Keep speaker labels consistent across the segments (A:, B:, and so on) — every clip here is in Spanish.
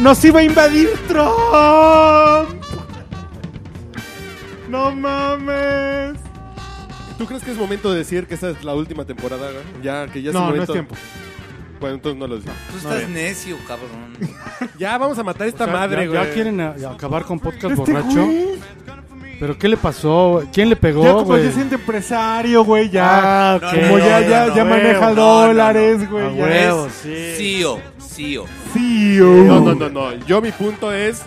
A: Nos iba a invadir Trump. No mames.
B: ¿Tú crees que es momento de decir que esta es la última temporada? güey? Ya, que ya
A: No, no es
B: momento.
A: tiempo.
B: Bueno, entonces no lo digo.
C: Tú estás necio, cabrón.
B: Ya vamos a matar esta
D: Ya-
B: madre,
D: ya,
B: güey.
D: ya quieren a- a acabar con podcast
A: Este
D: borracho.
A: güey,
D: ¿Pero qué le pasó? güey? ¿Quién le
A: ya
D: pegó,
A: como
D: güey?
A: ya siente empresario, güey, ya.
D: Ah, ok.
A: Como ya,
C: no,
A: ya,
C: no,
A: ya
D: no,
A: maneja
C: no, no,
A: dólares,
D: A
A: güey. ya es E
D: huevo, sí.
C: CEO, CEO.
A: CEO.
B: No, no, no, no. Yo mi punto es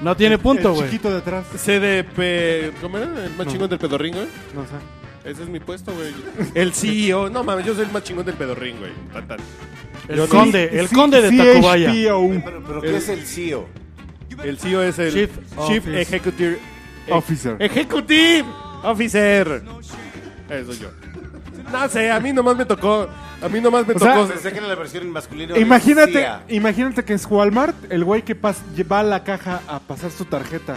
D: No tiene punto,
A: El
D: güey.
A: chiquito de atrás.
B: CDP. ¿Cómo era? El más
D: No.
B: chingón del pedorrín, güey.
A: No sé.
B: Ese es mi puesto, güey. El CEO. No mames, yo soy el más chingón del pedorrín, güey. Tan, tan.
D: El
B: Yo no-
D: conde, el conde de
A: CHPO.
D: Tacubaya.
A: E
E: Pero, pero
A: Eh,
E: ¿qué es el E CEO?
B: El CEO es el
D: Chief Office.
B: Executive
A: Officer.
B: Ejecutive Officer. Eso yo. No sé, a mí nomás me tocó. A mí nomás me
A: O sea,
B: tocó.
E: Pensé que era la versión en masculino. de
A: Imagínate,
E: CIA.
A: imagínate que es Walmart el güey que pas- va a la caja a pasar su tarjeta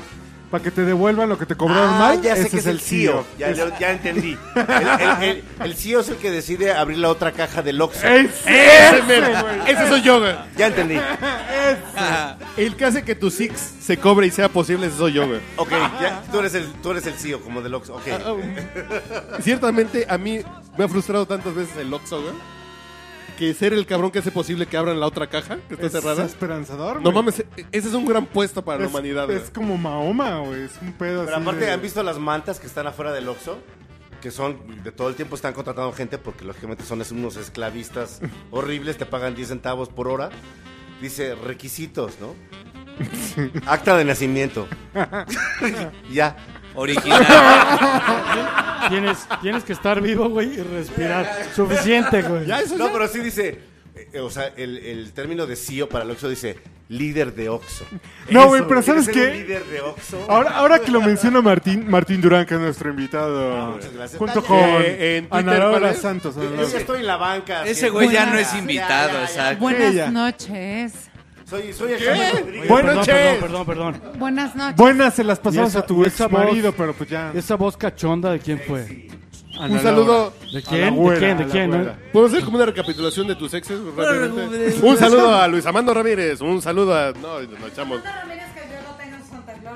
A: para que te devuelvan lo que te cobraron
E: Ah,
A: mal.
E: ya sé
A: ese
E: que es el
A: E
E: CEO. Ya, ya- ya entendí. El, el- el- el CEO es el que decide abrir la otra caja del Oxxo.
A: E
B: ¡Ese, mero! ¡Ese soy yo, güey.
E: Ya entendí.
B: El que hace que tu Six se cobre y sea posible, ese soy yo, güey.
E: Ok, ya, tú, eres el, tú eres el CEO como del Oxxo. Ok.
A: Ah,
B: Ciertamente, a mí me ha frustrado tantas veces el Oxxo, güey. Que ser el cabrón que hace posible que abran la otra caja que está
A: Es
B: cerrada.
A: esperanzador.
B: No
A: güey.
B: mames, e- ese es un gran puesto para la
A: Es,
B: humanidad, güey.
A: es como Mahoma, güey. Es un pedo
E: Pero
A: así
E: aparte,
A: de-
E: ¿han visto las mantas que están afuera del Oxxo? Que son, de todo el tiempo están contratando gente porque lógicamente son unos esclavistas horribles, te pagan 10 centavos por hora. Dice, requisitos, ¿no? Acta de nacimiento. ya.
C: Original.
D: Tienes, tienes que estar vivo, güey, y respirar. Suficiente, güey.
E: No, pero sí dice, eh, eh, o sea, el, el término de CEO para el Oxxo dice líder de Oxxo.
A: No, güey, pero
E: ¿Quieres
A: ¿sabes
E: ser un
A: qué?
E: líder de Oxxo?
A: Ahora, ahora que lo menciona Martín, Martín Durán, que es nuestro invitado.
E: muchas gracias.
A: Junto
E: Que
A: con
B: en Twitter,
A: Ana Laura
B: ¿cuál es?
A: Santos. Ana
E: Yo
A: Laura.
E: ya estoy en la banca.
C: Ese
E: haciendo-
C: güey ya
F: Buenas.
C: no es invitado,
E: Ya, ya, ya.
C: exacto.
F: Buenas
A: Ella.
F: noches.
E: Soy, soy Alejandro Rodríguez.
A: Buenas
D: Perdón,
B: noches.
D: Perdón, perdón, perdón.
F: Buenas noches.
A: Buenas se las pasamos
D: Y esa-
A: a tu
D: y
A: ex
D: esa
A: marido,
D: voz-
A: pero pues ya.
D: Esa voz cachonda, ¿de quién fue?
A: Ana
B: Un
A: Laura.
B: saludo.
D: ¿De
A: A la
D: quién? ¿De
A: abuela,
D: quién?
A: a
D: ¿De
A: la
D: quién? no?
A: abuela.
B: ¿Puedo hacer como una recapitulación de tus exes rápidamente? Un saludo a Luis Amando Ramírez, un saludo a... No, nos echamos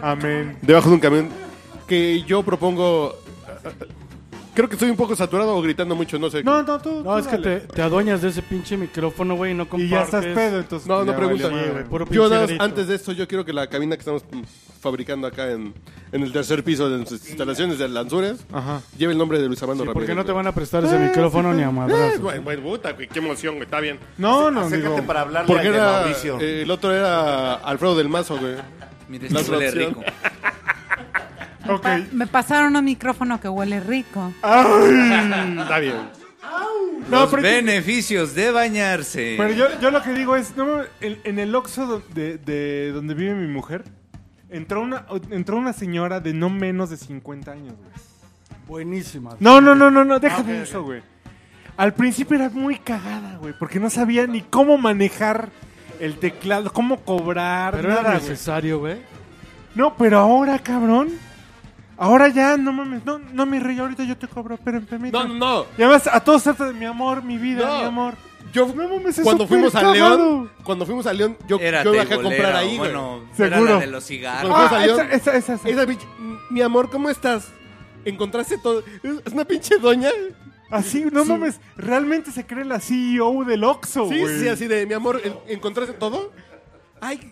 A: Amén.
B: debajo de un camión. Que yo propongo... eh, Creo que estoy un poco saturado o gritando mucho, no sé.
A: No, no, tú. tú
D: No, es que
A: dale.
D: te, te adueñas de ese pinche micrófono, güey, y no compartes.
A: Y ya estás pedo, entonces. pues
B: No, no
A: ya
B: pregunta.
A: valió madre.
D: puro pinche
B: yo nada más,
D: grito.
B: antes de esto, yo quiero que la cabina que estamos mm, fabricando acá en, en el tercer piso de nuestras instalaciones de Lanzures
A: Ajá.
B: lleve el nombre de Luis Amando
D: Sí,
B: Ramírez.
D: porque no te van a prestar ese micrófono ni a
B: Eh,
D: madrazos.
B: bueno, bueno, puta, güey, qué emoción, güey, está bien.
A: No, no,
E: Acércate
A: digo.
E: para hablarle
B: Porque
E: al de
B: era,
E: Mauricio.
B: eh, el otro era Alfredo del Mazo, güey.
C: Mira,
B: La
C: este huele
B: opción.
C: rico.
A: Ok. Ah.
F: Pa- me pasaron un micrófono que huele rico.
B: Mm, Está bien.
A: No,
C: Los
A: pero,
C: beneficios de bañarse.
A: pero yo, yo lo que digo es, no, en, en el Oxxo do- de, de donde vive mi mujer, entró una, entró una señora de no menos de 50 años, güey.
D: Buenísima.
A: No, no, no, no,
B: Ah,
A: no, deja de eso, güey. Al principio era muy cagada, güey, porque no sabía ni cómo manejar el teclado, cómo cobrar,
D: Pero
A: nada,
D: era
A: güey.
D: necesario, güey.
A: No, pero ahora, cabrón, ahora ya, no mames, no, no, mi rey, ahorita yo te cobro, pero permítame.
B: No, no, no.
A: Y además a todos trata de mi amor, mi vida,
B: No.
A: mi amor.
B: Yo
A: No mames, es
B: cuando
A: súper
B: fuimos a
A: cagado.
B: León, cuando fuimos a León, yo,
C: Era
B: yo bajé a
C: tegolera,
B: comprar
C: o
B: ahí, güey.
C: Bueno,
A: Seguro.
C: era la de los
B: Ah,
C: cigarros.
B: salió?
A: esa, esa, esa, esa.
B: Esa bitch, mi amor, ¿cómo estás? Encontraste todo. Es es una pinche doña.
A: Así, no mames, realmente se cree la CEO del Oxxo,
B: Sí,
A: güey.
B: sí, así de mi amor, ¿en- ¿encontraste todo? Ay,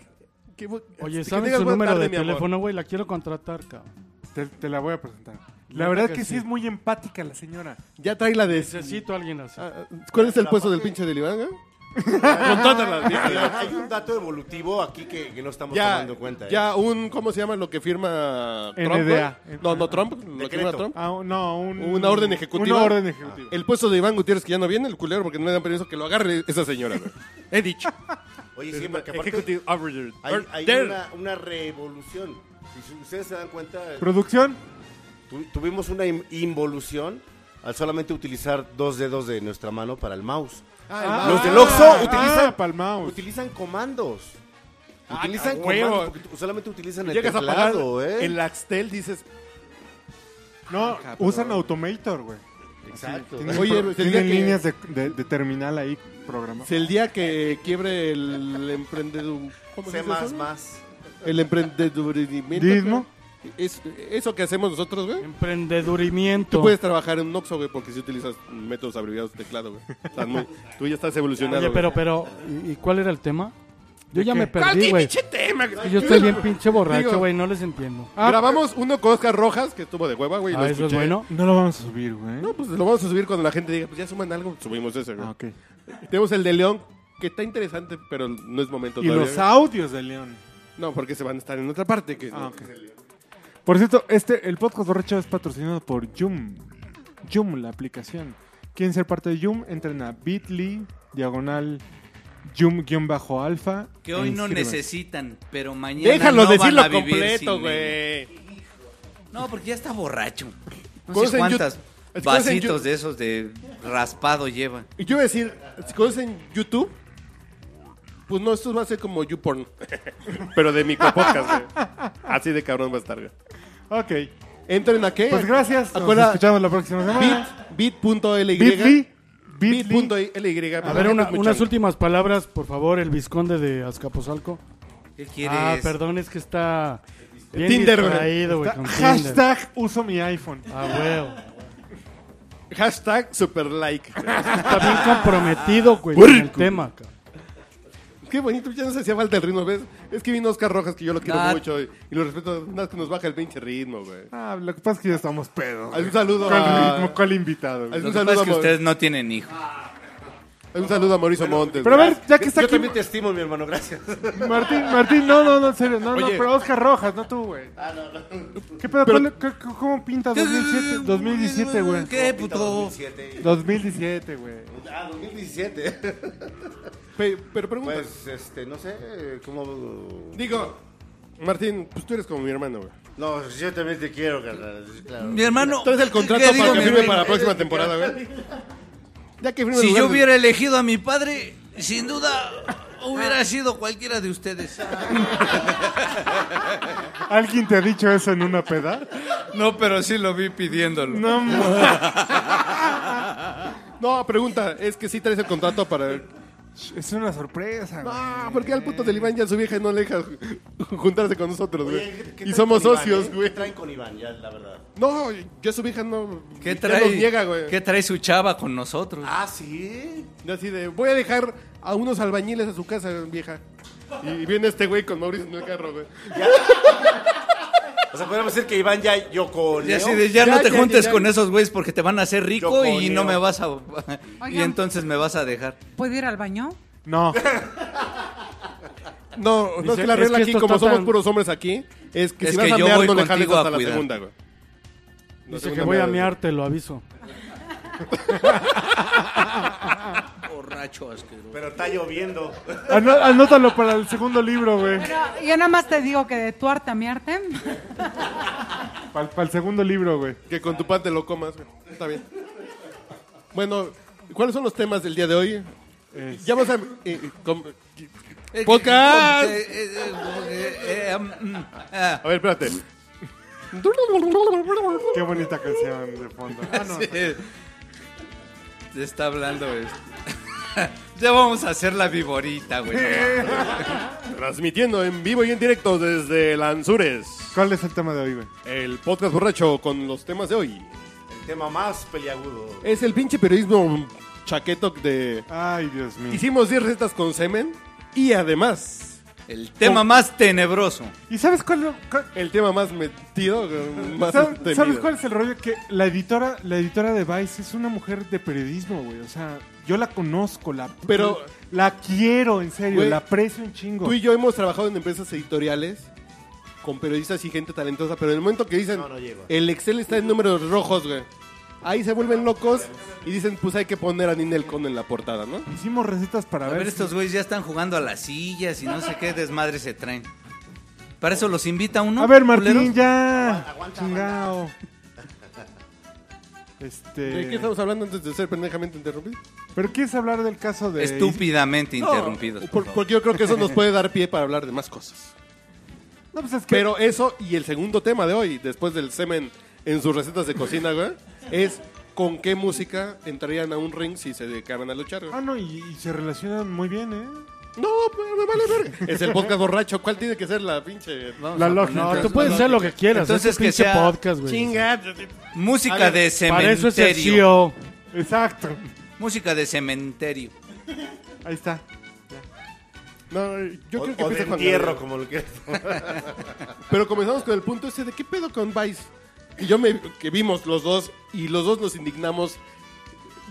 B: qué bu-
D: Oye,
B: Este, que
D: ¿sabes
B: tengas
D: su
B: buena
D: número
B: tarde,
D: de
B: mi amor.
D: teléfono, güey? La quiero contratar, cabrón.
A: Te, te la voy a presentar. La
D: Neta
A: verdad
D: que
A: que sí
D: sí.
A: es muy empática la señora.
B: Ya trae la de.
D: Necesito a alguien así.
B: Ah, ¿Cuál es el puesto del pinche del Iván? eh? Contrátala.
E: Hay,
B: ya,
E: hay un dato evolutivo aquí que, que no estamos
B: Ya,
E: tomando en cuenta. ¿eh?
B: ya un, ¿cómo se llama lo que firma Trump?
A: NDA.
B: güey? No, no, Trump. Lo que firma
E: Decreto.
B: Trump.
A: Ah, no, un-
B: Una orden ejecutiva. Ah.
A: Una orden ejecutiva.
B: El puesto de Iván Gutiérrez que ya no viene, el culero, porque no le dan permiso que lo agarre esa señora. güey.
C: Ah,
B: He dicho.
E: Oye, sí, porque aparte
B: Executive Officer.
E: hay, hay
B: There.
E: una, una revolución. Si su- ustedes se dan cuenta,
A: Producción.
E: tu- tuvimos una im- involución al solamente utilizar dos dedos de nuestra mano para el mouse.
B: Ah,
E: Los del Oxxo utilizan-
A: Ah, palmaos.
E: Utilizan comandos.
B: Ah,
E: Utilizan
B: a huevo.
E: comandos. porque solamente utilizan el
B: Llegas a pagar
E: teclado, ¿eh?
B: el Axtel, dices,
A: No, usan Automator, güey.
E: Exacto.
A: Tienen,
B: Ah, Oye,
A: pro-
B: pues, el día
A: tienen
B: que-
A: líneas de, de- de terminal ahí programadas.
B: si el día que quiebre el emprendedor... ¿cómo se
E: C
B: dice
E: más
B: eso?
E: más.
B: El emprendedurismo.
A: Dismo.
B: Es, eso que hacemos nosotros, güey. Tú
D: Emprendedurimiento.
B: puedes trabajar en un Oxxo, güey, porque si utilizas métodos abreviados de teclado, güey. Estás muy- tú ya estás evolucionado.
D: Oye,
B: güey.
D: pero, pero, ¿y y cuál era el tema? Yo ya
A: qué?
D: me
B: ¡Corte
D: perdí, güey.
B: pinche tema!
D: Y Yo estoy bien pinche
B: Digo-
D: borracho, güey, no les entiendo.
B: Ah, Grabamos uno con Oscar Rojas, que estuvo de hueva, güey. y
D: Ah,
B: lo
D: eso es
B: escuché.
D: bueno.
A: No lo vamos a subir, güey.
B: No, pues lo vamos a subir cuando la gente diga, pues ya suman algo. Subimos ese, güey.
A: Ah, ok.
B: Tenemos el de León, que está interesante, pero no es momento
A: Y
B: todavía.
A: los audios de León.
B: No, porque se van a estar en otra parte. Que
A: Ah, ok. Por cierto, este, el podcast borracho es patrocinado por Joom. Joom, la aplicación. ¿Quieren ser parte de Joom? Entren a bit.ly, diagonal, Joom-alfa.
C: Que hoy no
A: necesitan
C: necesitan, pero mañana
B: Déjalo
C: no
B: decirlo
C: van a vivir
B: completo,
C: sin él.
B: güey.
C: No, porque ya está borracho. No
B: Cosas
C: sé
B: en
C: cuántas
B: Yout- cosas en
C: vasitos
B: Yout-
C: de esos de raspado lleva.
B: Y yo iba a decir, si conoces en YouTube, pues no, esto va a ser como YouPorn. Pero de micropodcast, güey. Así de cabrón va a estar, güey.
A: Ok.
B: Entren a qué?
A: Pues gracias. Nos
B: Acuérdala,
A: escuchamos la próxima semana.
B: Bit, bit.ly.
A: Bit.ly. Bit.ly.
B: Bit.ly.
D: A ver, una- unas últimas palabras, por favor, el vizconde de Azcapotzalco.
C: ¿Qué quieres?
D: Ah, perdón, es que está bien
B: Tinder, güey.
D: distraído, güey,
A: Está-
D: con Tinder.
A: Hashtag uso mi iPhone.
D: Ah, güey.
B: Hashtag superlike.
D: Está bien comprometido, güey, con el
B: Puerco.
D: tema. cabrón.
B: Qué bonito, ya nos hacía falta el ritmo, ¿ves? Es que vino Oscar Rojas, que yo lo quiero
C: Nah.
B: mucho y, y lo respeto, nada más que nos baja el pinche ritmo, güey.
A: Ah, lo que pasa es que ya estamos pedos.
B: Haz un saludo
A: ¿Cuál
B: a-
A: ritmo? ¿Cuál invitado? güey?
B: Haz
C: Lo
B: un
C: que pasa
B: saludo
C: es
B: a
C: que
B: Mo-
C: ustedes no tienen hijos.
B: un saludo a Mauricio Montes.
A: Pero a
B: güey.
A: ver, ya que está
E: Yo
A: aquí.
E: también te estimo, mi hermano, gracias.
A: Martín, Martín, no, no, no, en serio. No, no,
B: Oye. Ah,
A: pero Oscar Rojas, no tú, güey. ¿Qué pedo?
B: Pero-
A: ¿Cuál- qué- qué- ¿Cómo pinta 2007? 2017, güey.
C: ¿Qué puto?
E: 2007.
A: 2017, güey.
E: Ah, 2017.
B: Pe- pero pregunta.
E: Pues, este, no sé, ¿cómo...?
B: Digo, Martín, pues tú eres como mi hermano, güey.
E: No, yo también te quiero, carnal. Claro.
C: Mi hermano.
B: Traes el contrato
C: ¿qué
B: para
C: digo,
B: que
C: mi
B: firme
C: hermano?
B: para la próxima temporada, güey. Ya que firme en
C: Si
B: lugar
C: yo
B: de-
C: hubiera elegido a mi padre, sin duda hubiera sido cualquiera de ustedes.
A: ¿Alguien te ha dicho eso en una peda?
C: No, pero sí lo vi pidiéndolo.
A: No, ma-
B: No, pregunta, es que sí traes el contrato para.
A: es una sorpresa, güey.
B: Ah, porque al puto del Iván ya su vieja no le deja juntarse con nosotros,
E: Oye,
B: güey.
E: ¿qué- qué
B: Y
E: traen
B: somos
E: con Iván,
B: socios,
E: eh?
B: güey.
E: ¿Qué traen con Iván, ya, la verdad?
B: No, ya su vieja no.
C: ¿Qué
B: ya
C: trae,
B: nos niega, güey.
C: ¿Qué trae su chava con nosotros?
E: Ah, ¿sí?
B: Así de, voy a dejar a unos albañiles a su casa, vieja. Y viene este güey con Mauricio en el carro, güey.
E: O sea, podemos decir que Iván ya yo con
C: Y así de, ya,
B: Ya,
C: no te
B: ya,
C: juntes
B: ya, ya.
C: con esos güeyes porque te van a hacer rico y
E: Choconeo.
C: no me vas a... y
F: Oigan.
C: entonces me vas a dejar.
F: ¿Puedo ir al baño?
A: No,
B: No, no es
D: Dice,
B: que la
D: es
B: regla
D: que
B: aquí,
D: esto
B: como
D: está
B: somos
D: tan-
B: puros hombres aquí, es que
C: Es
B: si
C: que
B: vas a
C: yo
B: mear
C: voy
B: no le jales
C: contigo
B: hasta
C: a
B: la
C: cuidar.
B: segunda, güey. La
D: Dice que
B: segunda
D: voy a
B: meada, güey.
D: mear, te lo aviso.
C: Borracho asqueroso.
E: Pero está lloviendo.
A: Ano- anótalo para el segundo libro, güey.
F: Pero yo nada más te digo que de tu arte a mi arte.
A: Para el segundo libro, güey.
B: Que con tu pan te lo comas, güey. Está bien. Bueno, ¿cuáles son los temas del día de hoy?
A: Eh,
B: Ya vas a... eh, com- ¡Podcast!
C: Eh, eh, eh, eh, mm, ah.
B: A ver, espérate.
A: qué bonita canción de fondo. Ah, no.
C: Eh, Te está hablando esto. ya vamos a hacer la viborita, güey.
B: Transmitiendo en vivo y en directo desde Lanzures.
A: ¿Cuál es el tema de hoy, güey?
B: El podcast borracho con los temas de hoy.
E: El tema más peliagudo.
B: Es el pinche periodismo chaqueto de...
A: Ay, Dios mío.
B: Hicimos 10 recetas con semen y además
C: El tema más tenebroso.
A: ¿Y sabes cuál, cuál-
B: el tema más metido, más
A: ¿Sabes,
B: temido.
A: sabes cuál es el rollo? Que la editora, la editora de Vice es una mujer de periodismo, güey. O sea, yo la conozco, la
B: Pero-
A: la quiero, en serio,
B: Güey,
A: la aprecio un chingo.
B: Tú y yo hemos trabajado en empresas editoriales con periodistas y gente talentosa, pero en el momento que dicen
E: No, no llego.
B: el Excel está en números rojos, güey. Ahí se vuelven locos y dicen, pues hay que poner a Ninel Conde en la portada, ¿no?
A: Hicimos recetas para
C: A
A: ver.
C: ver, estos güeyes ya están jugando a las sillas y no sé qué desmadre se traen. Para eso los invita uno.
A: a ver, Martín,
C: culeros.
A: ya.
E: Aguanta, aguanta,
A: Chingao.
B: ¿De
A: Este.
B: qué estamos hablando antes de ser pendejamente interrumpido?
A: Pero quieres hablar del caso de...
C: Estúpidamente
B: No,
C: interrumpidos. por
B: por-
C: favor.
B: porque yo creo que eso nos puede dar pie para hablar de más cosas.
A: No, pues es que...
B: Pero eso y el segundo tema de hoy, después del semen en sus recetas de cocina, güey, es con qué música entrarían a un ring si se dedicaran a luchar. güey.
A: Ah, no, y, y se relacionan muy bien, ¿eh?
B: No, pero me vale verga. Es el podcast borracho. ¿Cuál tiene que ser la pinche?
C: Vamos
A: La
C: a
A: lógica.
C: poner-
D: No, tú puedes hacer lo que quieras.
C: Entonces
D: Entonces,
C: que
D: que
C: sea
D: podcast, güey.
B: Chinga.
C: Música
B: A ver,
C: de
D: Para eso es el
C: cementerio.
D: CEO.
A: Exacto.
C: Música de cementerio.
A: Ahí está.
B: No, yo
E: o,
B: creo que
E: o de
B: empieza Juan
E: entierro,
B: Gabriel.
E: como lo quieras.
B: Pero comenzamos con el punto ese de qué pedo con Vice. Y yo me que vimos los dos y los dos nos indignamos.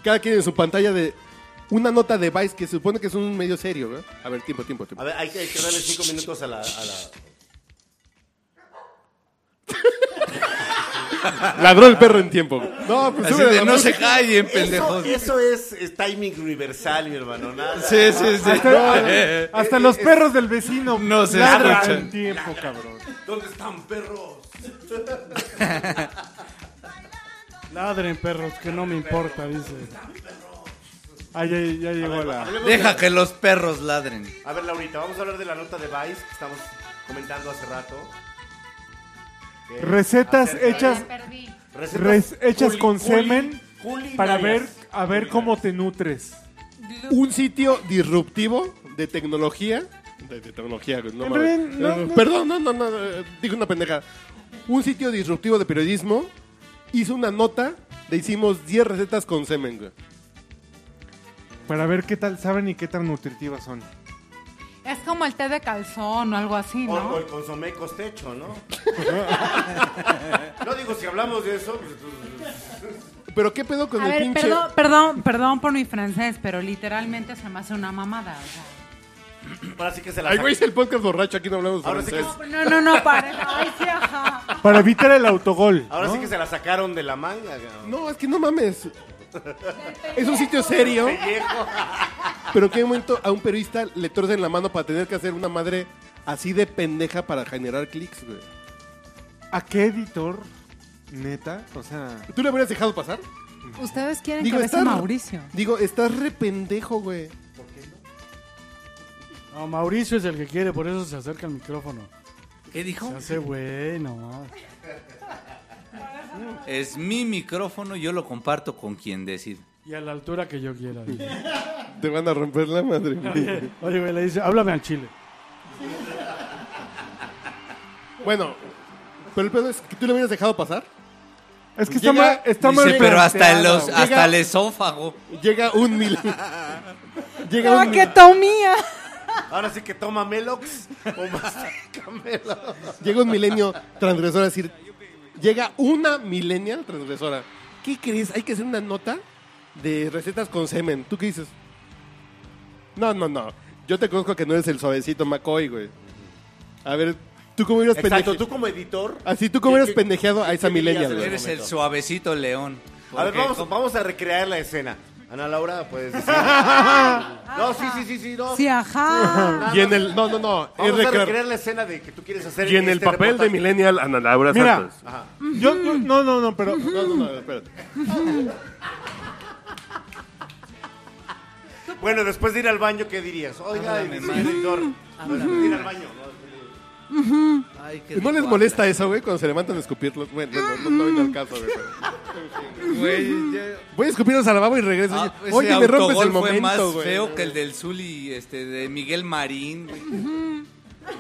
B: Cada quien en su pantalla de una nota de Vice que se supone que es un medio serio, ¿verdad? A ver, tiempo, tiempo,
E: A
B: tiempo.
E: ver, hay que, hay que darle cinco minutos a la... A la...
B: Ladró el perro en tiempo. No, pues
C: Así
B: súbele
C: de
B: la
C: no se
B: música.
C: callen,
E: Eso,
C: pendejos.
E: eso es, es timing universal, mi hermano. Nada.
C: Sí, sí, sí.
A: Hasta, hasta los perros del vecino
C: No se
A: ladran
C: escucha.
A: en tiempo, cabrón.
E: ¿Dónde están, perros?
D: Ladren, perros, que no me importa, dice.
A: Ah, ya, ya llegó la...
C: Deja que los perros ladren.
E: A ver, Laurita, vamos a hablar de la nota de Vice que estamos comentando hace rato. Que
A: Recetas
E: acerca de-
A: hechas...
F: perdí.
E: Recetas
A: res- hechas
E: culi-
A: con
E: culi-
A: semen
E: culinarias.
A: Para ver, a ver cómo te nutres.
B: Un sitio disruptivo de tecnología. De, de tecnología, güey, no
A: En
B: mames.
A: realidad, no,
B: Eh,
A: no.
B: Perdón, no, no, no. eh, Dije una pendeja. Un sitio disruptivo de periodismo hizo una nota de hicimos 10 recetas con semen, güey.
A: Para ver qué tal saben y qué tan nutritivas son.
F: Es como el té de calzón o algo así,
E: O, o
F: ¿no?
E: el consomé costecho, ¿no? no digo, si hablamos de eso, pues, tú-
B: Pero qué pedo con
F: A
B: el
F: ver,
B: pinche.
F: perdón, perdón, perdón por mi francés, pero literalmente se me hace una mamada. o sea.
E: ahora sí que se la
B: Ay, güey, es el podcast borracho, aquí no hablamos
E: Ahora sí
B: francés.
E: que-
F: No, no, no, para. Ay, sí, ajá.
A: Para evitar el autogol.
E: Ahora
A: ¿no?
E: sí que se la sacaron de la manga. cabrón.
B: No, es que no mames. Es un sitio serio, pero en qué momento a un periodista le torcen la mano para tener que hacer una madre así de pendeja para generar clics, güey.
A: ¿A qué editor? Neta, o sea,
B: ¿Tú le habrías dejado pasar?
F: Ustedes quieren que bese a
B: estás-
F: Mauricio.
B: Digo, estás re pendejo, güey.
D: No, Mauricio es el que quiere, por eso se acerca al micrófono.
C: ¿Qué dijo?
D: Se hace güey, no.
C: Es mi micrófono, yo lo comparto con quien decida.
D: Y a la altura que yo quiera. dice.
B: Te van a romper la madre, güey.
D: Oye, güey, le dice, háblame al chile.
B: Bueno, pero el pedo es que tú le hubieras dejado pasar.
A: es que
B: Llega-
A: está mal, está mal
C: Dice, pero hasta,
A: planteado.
C: los, hasta el esófago.
B: Llega un mil. Llega un mil.
F: Paquetomía.
E: Ahora sí que toma Melox o mastica
B: Llega un milenio transgresor a decir, llega una millennial transgresora. ¿Qué crees? Hay que hacer una nota de recetas con semen. ¿Tú qué dices? No, no, no. Yo te conozco que no eres el suavecito McCoy, güey. A ver, ¿tú cómo hubieras
E: Exacto,
B: pendejeado?
E: tú como editor.
B: Así tú cómo hubieras
E: ¿Qué- qué-
B: pendejeado a esa
E: qué dirías
B: millennial,
E: de
B: güey.
E: eso?
C: Eres el
E: momento.
C: suavecito león.
E: A ver,
C: Porque
E: vamos,
C: como-
E: vamos a recrear la escena. Ana Laura, puedes decir. no, sí, sí, sí, sí, no.
F: Sí, ajá.
B: Y en el... No, no, no.
E: Vamos
B: es
E: a
B: recrear-
E: recrear la escena de que tú quieres hacer.
B: Y en el
E: este
B: papel de
E: reportaje.
B: millennial, Ana Laura
A: Mira,
B: Santos.
A: yo, yo- no, no, no, pero
B: No, no, no, espérate.
E: Bueno, después de ir al baño, ¿qué dirías? Oiga,
C: Háblame,
E: el
C: madre.
E: editor. Después de ir al baño. ¿no?
C: Ay, qué
B: ¿No les
C: rico
B: molesta eso, güey, cuando se levantan a escupirlos? Bueno, no, no, no vengo al caso, güey. pero-
C: habla, güey, ya-
B: Voy a escupirlos al lavabo y regreso.
C: Ah, ese
B: Oye, me rompes
C: autogol
B: el
C: fue más
B: momento, güey.
C: feo que el del Zuli este, de Miguel Marín. güey.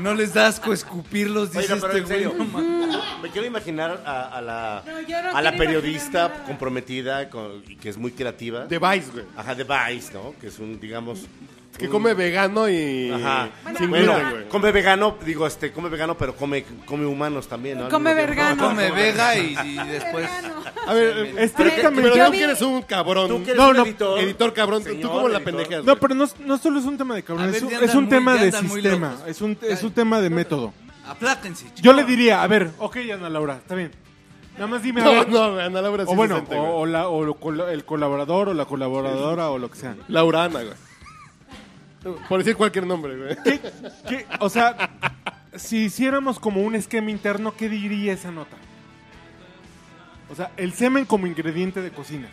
C: No les da asco escupirlos, dice
E: Oiga,
C: este
E: pero en serio.
C: güey. no mames.
E: Me quiero imaginar a, a la,
F: No, yo no
E: a la
F: quiero imaginar
E: periodista
F: nada.
E: comprometida con- y que es muy creativa.
B: De Vice, güey.
E: Ajá, de Vice, ¿no? Que es un, digamos.
B: Que
E: un-
B: come vegano y.
E: Ajá.
B: Sin
E: Bueno,
B: gluten, güey.
E: come vegano, digo, este, come vegano, pero come, come humanos también, ¿no?
F: Come
E: Al mismo
F: vergano.
E: tiempo.
C: Come vega y, y después.
B: A ver, eh, pero, que-
A: Estrictamente-
B: pero
F: Yo
B: tú
F: vi-
B: que eres un cabrón.
E: Tú que eres
B: no,
E: un
B: no,
E: editor.
B: cabrón. ¿Tú- ¿Tú
E: Señor
B: cómo la
E: editor.
B: pendejeas?
A: no,
B: güey?
A: pero no, no solo es un tema de
C: A
A: cabrón,
C: ver,
A: es un,
C: ya
A: es
C: andan
A: un
C: muy-
A: tema
C: ya
A: de
C: andan muy
A: sistema,
C: locos.
A: es un, es un tema de método.
C: Apláquense, chicos.
A: Yo le diría, a ver, ok, Ana Laura, está bien. Nada más dime, a
B: No,
A: ver.
B: no, güey, Ana Laura sí
A: o bueno,
B: se siente,
A: o,
B: güey.
A: o la- o lo col- el colaborador o la colaboradora o lo que sea.
B: Laura Ana, güey. Por decir cualquier nombre, güey.
A: ¿Qué- qué- o sea, si hiciéramos como un esquema interno, ¿qué diría esa nota? O sea, el semen como ingrediente de cocina.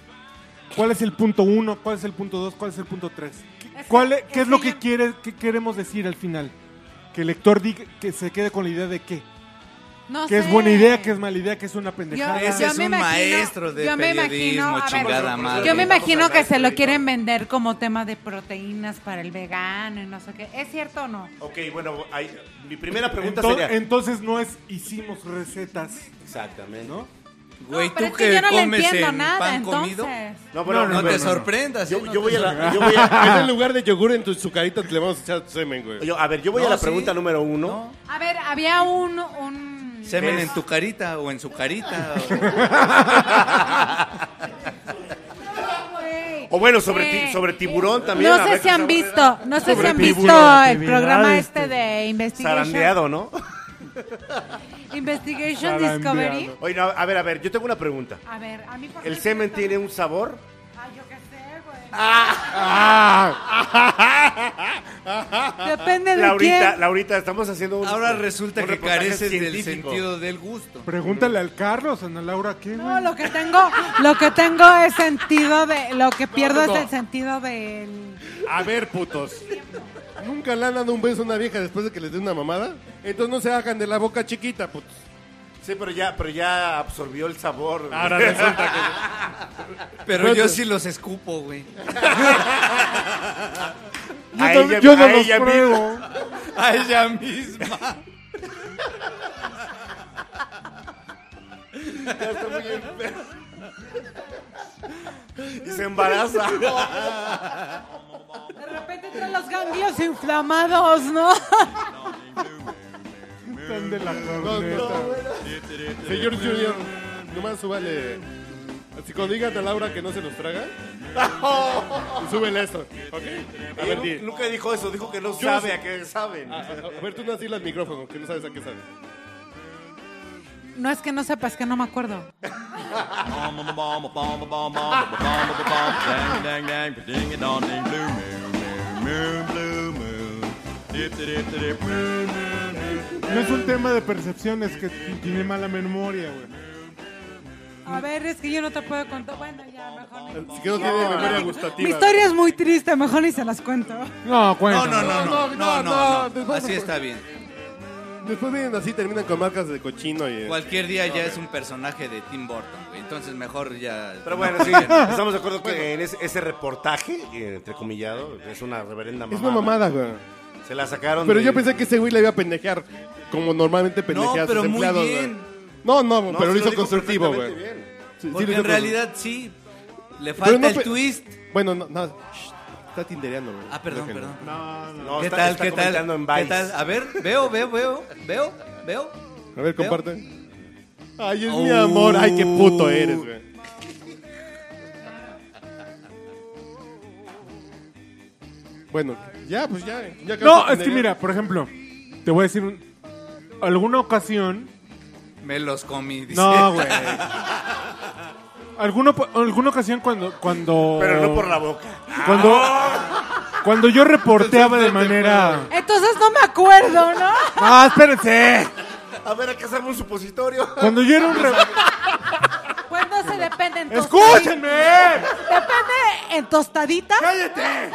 A: ¿Cuál es el punto uno? ¿Cuál es el punto dos? ¿Cuál es el punto tres? ¿Qué,
F: Es que-
A: cuál es, qué
F: es
A: es lo
F: que
A: que,
F: yo-
A: quiere, que queremos decir al final? Que el lector diga, que se quede con la idea de qué.
F: No
A: que es
F: sé.
A: buena idea, que es mala idea, que es una pendejada.
C: Ese
F: Yo
C: es
F: me
C: un
F: imagino-
C: maestro de
F: yo me imagino,
C: periodismo,
F: a ver,
C: chingada madre.
F: Yo me
E: Vamos
F: imagino
E: al
F: que se
E: maestro,
F: lo
E: ¿no?
F: quieren vender como tema de proteínas para el vegano y no sé qué. ¿Es cierto o no?
E: Ok, bueno, ahí- mi primera pregunta
A: Ento-
E: sería...
A: Entonces no es hicimos recetas,
E: Exactamente.
A: ¿no?
C: Güey,
F: pero
C: tú
F: es
C: que,
F: que yo no le
C: comes
F: entiendo
C: en
F: nada,
C: pan
F: entonces.
C: comido.
E: No,
C: No,
E: pero
C: no, te sorprendas.
E: Yo,
C: ¿eh? No
E: yo
C: te
E: voy a
C: sorprendas.
E: la... Yo voy a,
B: Es en lugar de yogur en tu sucarita te le vamos a echar semen, güey.
E: yo- a ver, yo voy
C: No,
E: a la
C: sí.
E: pregunta número uno.
C: No.
F: A ver, había un... un...
C: Semen
E: ¿Ves?
C: en tu carita o en su carita.
F: Güey.
E: O bueno, sobre,
F: Eh,
E: ti- sobre tiburón también.
F: No
E: a
F: sé
E: ver,
F: si han visto, no sé si
D: Sobre
F: han visto
D: tiburón,
F: el programa
D: actividades,
F: este de Investigation,
E: Zarandeado, ¿no?
F: Investigation
A: Zarandeado.
F: Discovery.
E: Oye, no, a ver, a ver, yo tengo una pregunta.
F: A ver, a mí por qué
E: ¿El
F: me
E: semen
F: gusta?
E: tiene un Ah, sabor?
F: Ay, yo qué sé, güey.
B: Ah.
F: Depende de
E: Laurita,
F: quién.
E: Laurita, estamos haciendo un.
C: Ahora resulta
E: un
C: que
E: reportaje
C: careces del
E: científico.
C: sentido del gusto.
A: Pregúntale al Carlos, Ana Laura, ¿qué?
F: No,
A: güey?
F: lo que tengo, lo que tengo es sentido de, lo que pierdo es el sentido del.
B: A ver, putos. ¿Nunca le han dado un beso a una vieja después de que les dé una mamada? Entonces no se hagan de la boca chiquita, putos.
E: Sí, pero ya, pero ya absorbió el sabor.
B: Ahora resulta que...
C: Pero yo
B: pues,
C: sí los escupo, güey.
A: Yo,
E: a
A: tam-
E: ella-
A: yo no
E: a
A: los
E: ella
A: pruebo.
C: A ella misma.
E: Y se embaraza.
F: De repente todos los ganglios inflamados, ¿no?
A: Están de la
B: No,
A: corneta.
B: no, Señor Junior, nomás súbale. Así cuando digas a Laura que no se los traga, súbele esto. ¿Ok? A ver,
E: Lu-
B: di.
E: Nunca dijo eso, dijo que no
B: Yo no
E: sabe
B: sé. Ah.
E: a qué saben.
B: A, a- a ver, tú no así al micrófono, que no sabes a qué sabe.
F: No es que no sepas, que no me acuerdo.
A: No es un tema de percepciones que t- tiene mala memoria, güey.
F: A ver, es que yo no te puedo contar. Bueno, ya, mejor ni.
B: Si que no tiene memoria gustativa.
F: Mi historia es muy triste, mejor ni se las cuento.
A: No,
C: No,
A: cuéntame.
C: no, no, no,
B: no,
C: no,
B: no,
C: no,
B: no.
C: Así está bien.
B: Después vienen así, terminan con marcas de cochino y.
C: Cualquier día ya es un personaje de Tim Burton, güey. Entonces mejor ya.
E: Pero bueno, sí, estamos de acuerdo que en ese, ese reportaje, eh, entrecomillado, es una reverenda
B: Es
E: mamada.
B: una mamada, güey.
E: Se la sacaron.
B: Pero
E: de-
B: yo pensé que ese güey le iba a pendejear como normalmente pendejea a
C: pero
B: sus
C: muy
B: empleados,
C: bien.
B: güey. No, no,
E: No,
B: pero
E: sí
B: lo hizo
E: dijo
B: constructivo, güey.
E: perfectamente bien.
B: Sí, sí lo
C: Porque
B: hizo
C: en
B: constru-
C: realidad sí. Le
B: Pero
C: falta
B: no
C: el
B: pe-
C: twist.
B: Bueno, no, no. shh, Está tindereando, güey.
C: Ah, perdón,
B: Déjenlo.
C: perdón.
E: No,
C: ¿Qué
E: está-
C: tal,
E: está
C: qué tal?
E: comentando en
C: ¿Qué
E: Vice.
C: tal? A ver, veo, veo, veo, veo, veo.
B: A
C: Veo.
B: ver, comparte. Uh. Ay, es mi
C: Oh.
B: amor. Ay, qué puto eres, güey. Bueno, ya, pues ya. ya
A: No,
B: acabamos
A: es que
B: de-
A: mira, por ejemplo, te voy a decir un- alguna ocasión.
C: Me los comí. dice.
A: No, güey. Alguna, po- alguna ocasión cuando, cuando.
E: Pero
C: Ah.
E: no por la boca.
A: Cuando, cuando yo reporteaba de manera.
F: Entonces no me acuerdo, ¿no?
A: ¡Ah, espérense!
E: A ver, ¿a qué sabe un supositorio?
A: Cuando yo era un. re-
F: Pues no se depende en tostadita.
A: ¡Escúchenme!
F: Depende en tostadita.
A: ¡Cállate!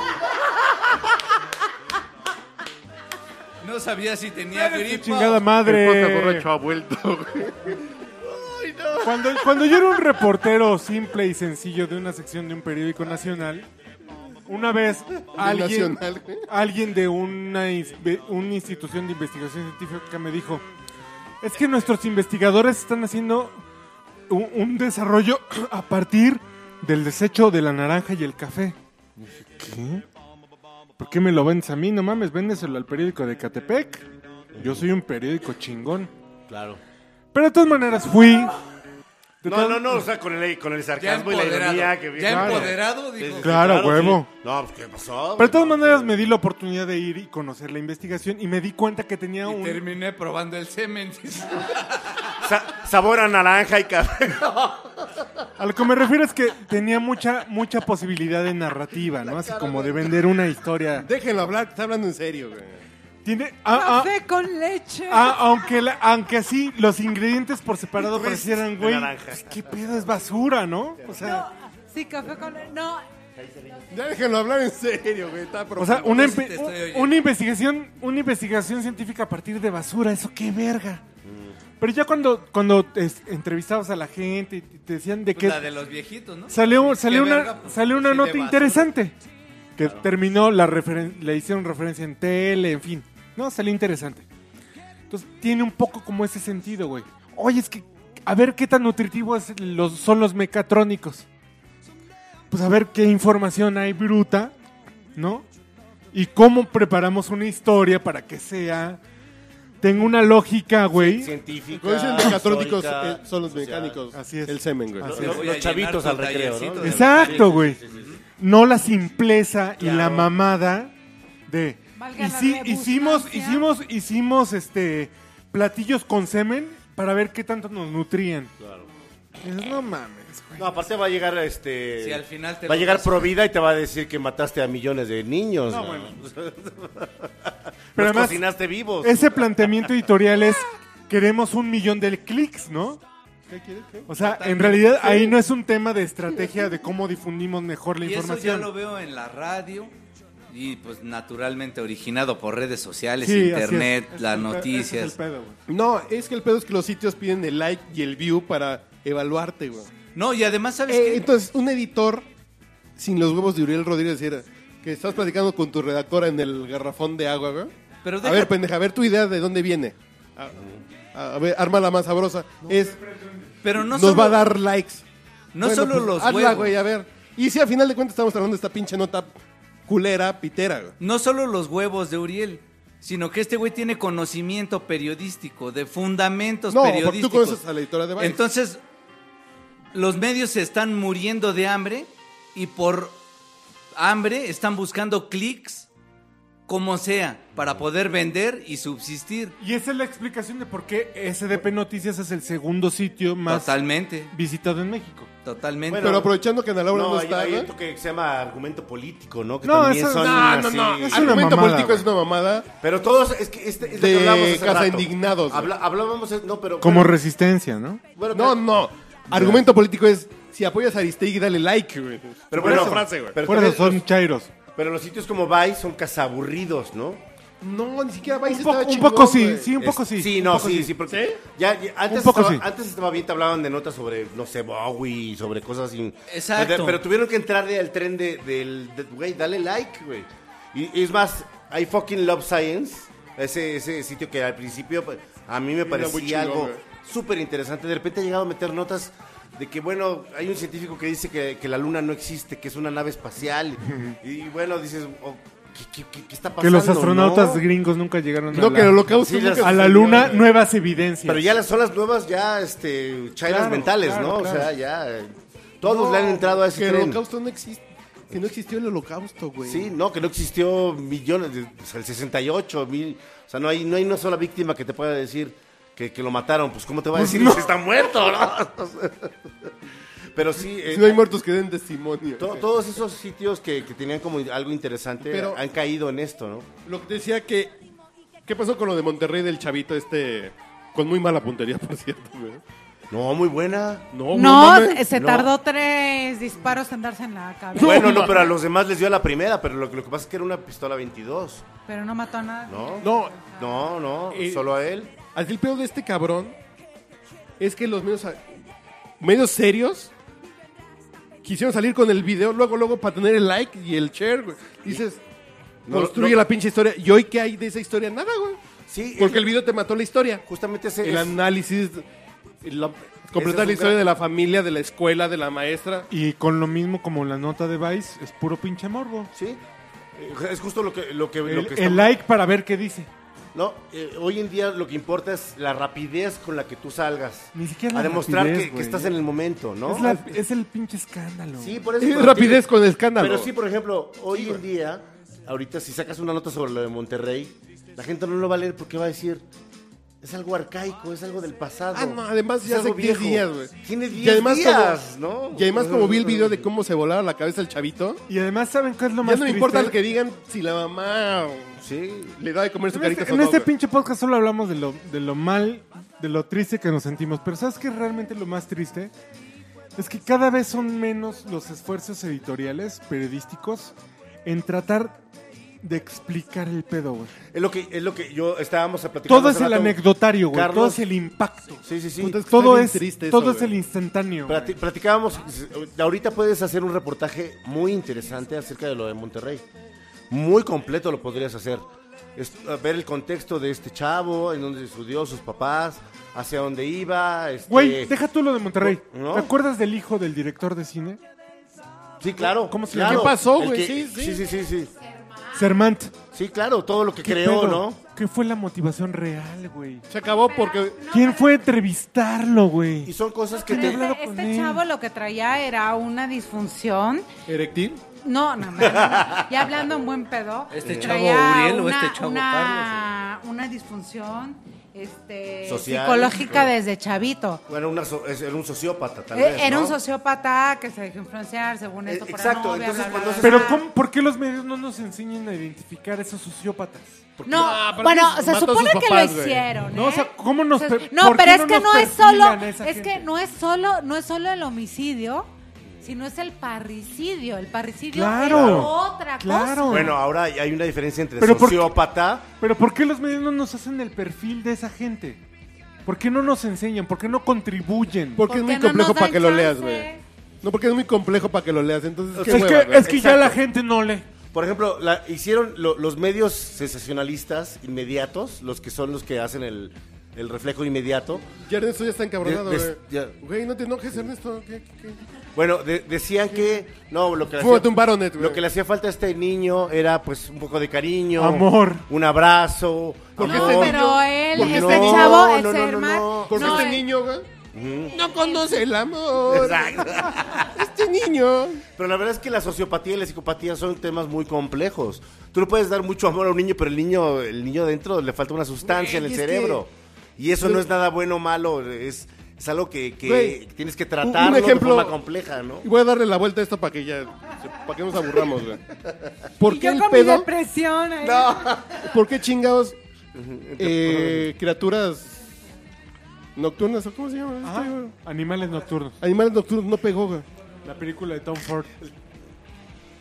C: No sabía si tenía gripa.
A: ¡Chingada
C: o-
B: El podcast
A: madre!
B: borracho ha vuelto, güey.
A: Cuando, cuando yo era un reportero simple y sencillo de una sección de un periódico nacional, una vez alguien,
B: nacional, güey.
A: alguien de una, ins- de una institución de investigación científica me dijo, es que nuestros investigadores están haciendo un, un desarrollo a partir del desecho de la naranja y el café. Y dije, ¿Qué? ¿Por qué me lo vendes a mí? No mames, véndeselo al periódico de Catepec. Yo soy un periódico chingón.
E: Claro.
A: Pero de todas maneras fui. De
E: No,
A: todas-
E: no, no, o sea, con el, con el
C: Ya
E: sarcasmo y la
C: empoderado.
E: ironía que viene.
C: ya
A: Claro.
C: empoderado, dijo.
A: Claro, huevo.
E: sí. No, pues, ¿qué pasó?
A: Pero de todas maneras me di la oportunidad de ir y conocer la investigación y me di cuenta que tenía
C: Y
A: un...
C: terminé probando el semen. dice.
E: Sa- sabor a naranja y café.
A: A lo que me refiero es que tenía mucha mucha posibilidad de narrativa, ¿no? Así como de vender una historia.
B: Déjenlo hablar, está hablando en serio, güey.
A: Tiene... ah, ah,
F: Café con leche.
A: ah, aunque, la- aunque así
C: Pues,
A: los ingredientes por separado
E: Twist
A: parecieran,
E: de
A: güey,
E: naranja.
A: pues, qué pedo es basura, ¿no? O sea,
F: Sí, café con... No,
B: Ya déjenlo hablar en serio, güey. Está
A: O sea, una,
C: Yo sí Pues, te
A: empe-
C: estoy
A: un-
C: oyendo.
A: una investigación una investigación científica a partir de basura, eso qué verga.
C: Mm.
A: Pero ya cuando cuando es- entrevistabas a la gente y te decían de
C: Pues
A: qué
C: La de los viejitos, ¿no?
A: salió salió
C: Qué
A: una
C: verga, pues,
A: salió una
C: sí, de
A: nota
C: basura.
A: interesante que terminó la referen- le hicieron referencia en tele, en fin. No, salió interesante. Entonces tiene un poco como ese sentido, güey. Oye, es que a ver qué tan nutritivos los, son los mecatrónicos. Pues a ver qué información hay bruta, ¿no? Y cómo preparamos una historia para que sea tenga una lógica, güey.
E: Científica.
B: Cuando dicen mecatrónicos,
E: histórica,
B: eh, son los
E: social.
B: mecánicos.
A: Así es.
B: El semen, güey.
A: Así
E: Los,
A: es.
E: los
C: Voy a llenar
E: chavitos
C: tu
E: al recreo,
C: tallercito
E: ¿no?
C: de-
A: Exacto, güey. No la simpleza y la
E: Claro.
A: mamada de
F: Valga la
A: hici- hicimos
F: redundancia.
A: hicimos hicimos este platillos con semen para ver qué tanto nos nutrían.
E: Claro.
A: Dices, no mames, güey.
E: No, aparte va a llegar este.
C: Si al final te
E: va a
C: lo
E: llegar
C: das-
E: Provida y te va a decir que mataste a millones de niños.
A: No,
E: No,
A: bueno.
E: Pero
A: Pero además
E: cocinaste vivos.
A: ese planteamiento editorial es queremos un millón de clics, ¿no? O sea, en realidad ahí no es un tema de estrategia de cómo difundimos mejor la
C: Y eso
A: información.
C: ya lo veo en la radio y pues naturalmente originado por redes sociales,
A: Sí, así es.
C: internet,
A: Ese es
C: las
A: el pe- ese es el
C: noticias.
A: pedo, güey.
B: No, es que el pedo es que los sitios piden el like y el view para evaluarte, güey.
C: No, y además, ¿sabes
B: Eh,
C: qué?
B: entonces, un editor sin los huevos de Uriel Rodríguez decir que estás platicando con tu redactora en el garrafón de agua, güey.
C: Pero
B: a
C: deja-
B: ver, pendeja, a ver tu idea de dónde viene. A, a ver, arma la más sabrosa. es,
C: Pero no
B: nos
C: solo,
B: va a dar likes.
C: no
B: Bueno,
C: solo
B: pues,
C: los
B: hazla,
C: huevos.
B: güey, a ver. Y si al final de cuentas estamos tratando de esta pinche nota culera, pitera, güey.
C: No solo los huevos de Uriel, sino que este güey tiene conocimiento periodístico, de fundamentos
B: No, porque tú
C: periodísticos.
B: conoces a la editora de Vice.
C: Entonces, los medios se están muriendo de hambre y por hambre están buscando clics como sea para poder vender y subsistir.
A: Y esa es la explicación de por qué SDP Noticias es el segundo sitio más
C: Totalmente,
A: visitado en México.
C: totalmente.
E: Bueno,
B: Pero aprovechando que Ana Laura no,
E: no, hay-
B: está,
E: hay
B: güey.
E: otro que se llama argumento político, ¿no? Que
A: No,
E: también
A: eso-
E: son
A: no, no,
E: así-
A: no, es una
B: Argumento
A: mamada,
B: político
A: güey.
B: es una mamada.
E: Pero todos, es que este, es lo
B: De
E: que hablábamos hace
B: Casa
E: rato.
B: Indignados, güey.
E: Habla- hablábamos, es- no, pero...
A: Como
E: pero-
A: resistencia, ¿no?
E: bueno,
B: No, no. Argumento político es si apoyas a Aristegui, dale like, güey.
E: Pero
B: Buena
E: bueno,
B: frase, güey.
E: Pero,
A: Por
E: también-
A: eso son chairos.
E: pero los sitios como Vice son cazaburridos, ¿no?
B: No, ni siquiera
A: Un
B: Vice
A: poco,
B: estaba
A: un
B: chingón,
A: poco sí,
B: güey.
A: sí, un poco
E: Es-
A: sí.
E: Sí,
A: un
E: no,
A: poco
E: sí, sí, porque ya, ya- antes,
A: Un poco
E: estaba,
A: sí.
E: antes estaba bien, te hablaban de notas sobre, no sé, Bowie, sobre cosas así.
C: Exacto.
E: Pero, pero tuvieron que entrarle al tren de- del, de- güey, dale like, güey. Y, y es más, I fucking love science, ese, ese sitio que al principio pues, a mí me
B: muy
E: parecía
B: chingón,
E: algo
B: güey.
E: súper interesante. De repente ha llegado a meter notas de que, bueno, hay un científico que dice que, que la luna no existe, que es una nave espacial. y bueno, dices, oh, ¿qué, qué- qué- qué está pasando?
A: Que los astronautas
E: no?
A: gringos nunca llegaron a,
B: No, que el
A: la,
B: holocausto
E: Sí, las-
B: nunca
A: a la
B: sucedió,
A: luna,
B: güey.
A: nuevas evidencias.
E: Pero ya las son las nuevas, ya, este, chairas
A: Claro,
E: mentales,
A: claro,
E: ¿no?
A: claro.
E: O sea, ya, eh, todos le han entrado a
B: Que
E: ese
B: el
E: tren.
B: holocausto no existe. Que no existió el holocausto, güey.
E: Sí, no, que no existió millones, de, o sea, el 68, mil, o sea, no hay, no hay una sola víctima que te pueda decir que, que lo mataron, pues ¿cómo te va a decir que está muerto, no? O sea, Pero sí, eh,
B: Si no hay muertos que den testimonio.
E: to-
B: güey.
E: todos esos sitios que, que tenían como algo interesante
B: Pero-
E: han caído en esto, ¿no?
B: Lo que te decía que. ¿Qué pasó con lo de Monterrey del chavito este? Con muy mala puntería, por cierto, güey.
E: No, muy buena.
B: No,
F: No,
B: mames.
F: se
E: no.
F: tardó tres disparos en darse en la cabeza.
E: Bueno, no, pero a los demás les dio la primera, pero lo, que- lo que pasa es que era una pistola 22,
F: Pero no mató a nadie.
E: ¿no?
B: No,
E: No, no,
B: Eh,
E: solo a él.
B: Así el pedo de este cabrón es que los medios, medios serios quisieron salir con el video luego, luego para tener el like y el share, güey. Dices,
E: No,
B: construye
E: no.
B: la pinche historia. ¿Y hoy qué hay de esa historia? Nada, güey.
E: Sí,
B: Porque
E: es-
B: el video te mató la historia.
E: Justamente ese
B: El
E: es-
B: análisis, la-
E: Ese es
B: completar
E: un
B: la historia
E: gran-
B: de la familia, de la escuela, de la maestra.
A: Y con lo mismo como la nota de Vice, es puro pinche morbo.
E: sí, eh, es justo lo que lo que, lo
A: El,
E: que
A: el
E: estamos-
A: like para ver qué dice.
E: no eh, hoy en día lo que importa es la rapidez con la que tú salgas
A: Ni siquiera
E: a
A: la
E: demostrar
A: rapidez,
E: que, que
A: güey.
E: estás en el momento, ¿no?
A: Es, la- es el pinche escándalo.
E: Sí, por eso.
B: Es
E: pero-
B: rapidez con escándalo.
E: Pero sí, por ejemplo, hoy en día, ahorita si sacas una nota sobre lo de Monterrey, la gente no lo va a leer porque va a decir es algo arcaico, es algo del pasado.
B: Ah, no, además
E: es
B: ya hace
E: algo
B: 10
E: viejo.
B: días, güey.
E: Tiene
B: Y
E: 10
B: además
E: días,
B: como-
E: ¿no?
B: Y además como vi el video de cómo se volaba la cabeza el chavito,
A: Y además, ¿saben qué es lo
B: ya
A: más
B: no me importa
A: triste?
B: lo que digan si la mamá
E: Sí,
B: le da de comer su
A: En
B: carita
A: este,
B: o
A: en
B: no,
A: este
B: güey.
A: pinche podcast solo hablamos de lo, de lo mal, de lo triste que nos sentimos. Pero ¿sabes qué es realmente lo más triste? Es que cada vez son menos los esfuerzos editoriales, periodísticos, en tratar de explicar el pedo, güey.
E: Es lo que, es lo que yo estábamos a platicar.
A: Todo es el anecdotario, güey. Todo
E: Carlos.
A: es el impacto.
E: Sí, sí, sí.
B: Puta, es que está
A: Todo
B: bien
A: es,
B: triste eso,
A: todo es
B: güey.
A: el instantáneo. güey.
E: Plati- platicábamos, ahorita puedes hacer un reportaje muy interesante acerca de lo de Monterrey. Muy completo lo podrías hacer. Es- a ver el contexto de este chavo, en dónde estudió, sus papás, hacia dónde iba. este-
A: Güey, deja tú lo de Monterrey.
E: ¿No?
A: ¿Te acuerdas del hijo del director de cine?
E: Sí, claro.
A: ¿Cómo se
E: claro.
A: llama?
B: ¿Qué pasó,
E: El
B: güey?
E: que-
B: Sí, sí.
E: sí, sí, sí, sí.
A: Sermant.
E: Sí, claro, todo lo que
A: ¿Qué
E: creó,
A: pedo?
E: ¿no?
A: ¿Qué fue la motivación real, güey?
B: Se acabó porque
A: ¿Quién fue a entrevistarlo, güey?
E: Y son cosas que
F: Pero
E: te...
A: hablado
F: este,
A: con
F: este
A: él.
F: chavo lo que traía era una disfunción.
B: Erectil.
F: No, no, mames, ya hablando en buen pedo.
C: ¿Este chavo
F: traía
C: Uriel o
F: una-
C: este chavo
F: una, una disfunción este,
E: Social.
F: psicológica desde chavito.
E: Bueno, una so- es- era un sociópata, tal
F: Eh,
E: vez,
F: Era
E: ¿no?
F: un sociópata que se dejó influenciar, según
E: Eh,
F: esto, por
E: exacto,
F: la novia, bla,
E: entonces,
F: bla,
E: cuando
F: bla,
E: se-
A: Pero
F: bla.
A: ¿cómo- ¿por qué los medios no nos enseñan a identificar a esos sociópatas?
F: No,
B: Ah, pero
F: bueno,
B: es-
F: se
B: mató a
F: supone
B: sus
F: que
B: papás,
F: lo
B: güey.
F: hicieron.
A: No, o
F: ¿eh?
A: sea, ¿cómo nos
F: Entonces,
A: per-
F: no,
A: por
F: pero
A: qué
F: es
A: no
F: que
A: nos
F: no es
A: perfilan
F: solo,
A: a
F: es
A: esa
F: que
A: gente?
F: no es solo, no es solo el homicidio, sino es el parricidio. El parricidio es
A: Claro,
F: otra
A: claro.
F: cosa.
E: Bueno, ahora hay una diferencia entre
A: Pero ¿por qué?
E: sociópata...
A: Pero ¿por qué los medios no nos hacen el perfil de esa gente? ¿Por qué no nos enseñan? ¿Por qué no contribuyen?
B: Porque es muy
F: no nos
B: complejo
F: dan
B: para que lo
F: chance?
B: leas, güey. No, porque es muy complejo para que lo leas. Entonces,
E: O
B: qué
E: sea,
A: es
B: hueva,
A: que,
B: güey.
A: es que ya la gente no lee.
E: Por ejemplo, la- hicieron lo- los medios sensacionalistas inmediatos, los que son los que hacen el, el reflejo inmediato.
B: Ya Ernesto ya está encabronado,
E: De-
B: güey.
E: de- ya.
B: Güey, no te enojes, Ernesto. ¿Qué, qué, qué?
E: Bueno, de- decían que no, lo que, le
B: Fúmate
E: hacía,
B: un baronet, güey.
E: lo que le hacía falta a este niño era pues un poco de cariño,
A: Amor.
E: un abrazo.
B: Porque
F: No,
B: este
E: amor.
B: niño-
F: pero él,
E: Porque
F: este
E: no,
F: chavo,
E: no,
F: el
E: no, no,
F: Sermat,
E: no.
B: Porque
F: no,
B: este
F: eh,
B: niño, güey, no conoce el amor.
E: Exacto.
B: Este niño.
E: Pero la verdad es que la sociopatía y la psicopatía son temas muy complejos. Tú le puedes dar mucho amor a un niño, pero el niño, el niño dentro le falta una sustancia en
B: Güey,
E: el
B: es que-
E: cerebro. Y eso no es nada bueno o malo, es, es algo que, que
B: Güey,
E: tienes que
B: un
E: tratarlo
B: ejemplo-
E: de forma compleja, ¿no?
B: Y voy a darle la vuelta a esto para que ya. para que nos aburramos, güey. ¿Por
F: y
B: qué
F: yo
B: el
F: con mi
B: pedo?
F: depresión. eh, ahí.
B: ¿Por qué chingados eh, criaturas nocturnas? ¿o ¿Cómo se llama?
A: Ajá.
B: este, güey?
A: Animales nocturnos.
B: Animales nocturnos no pegó, güey.
A: La película de Tom Ford.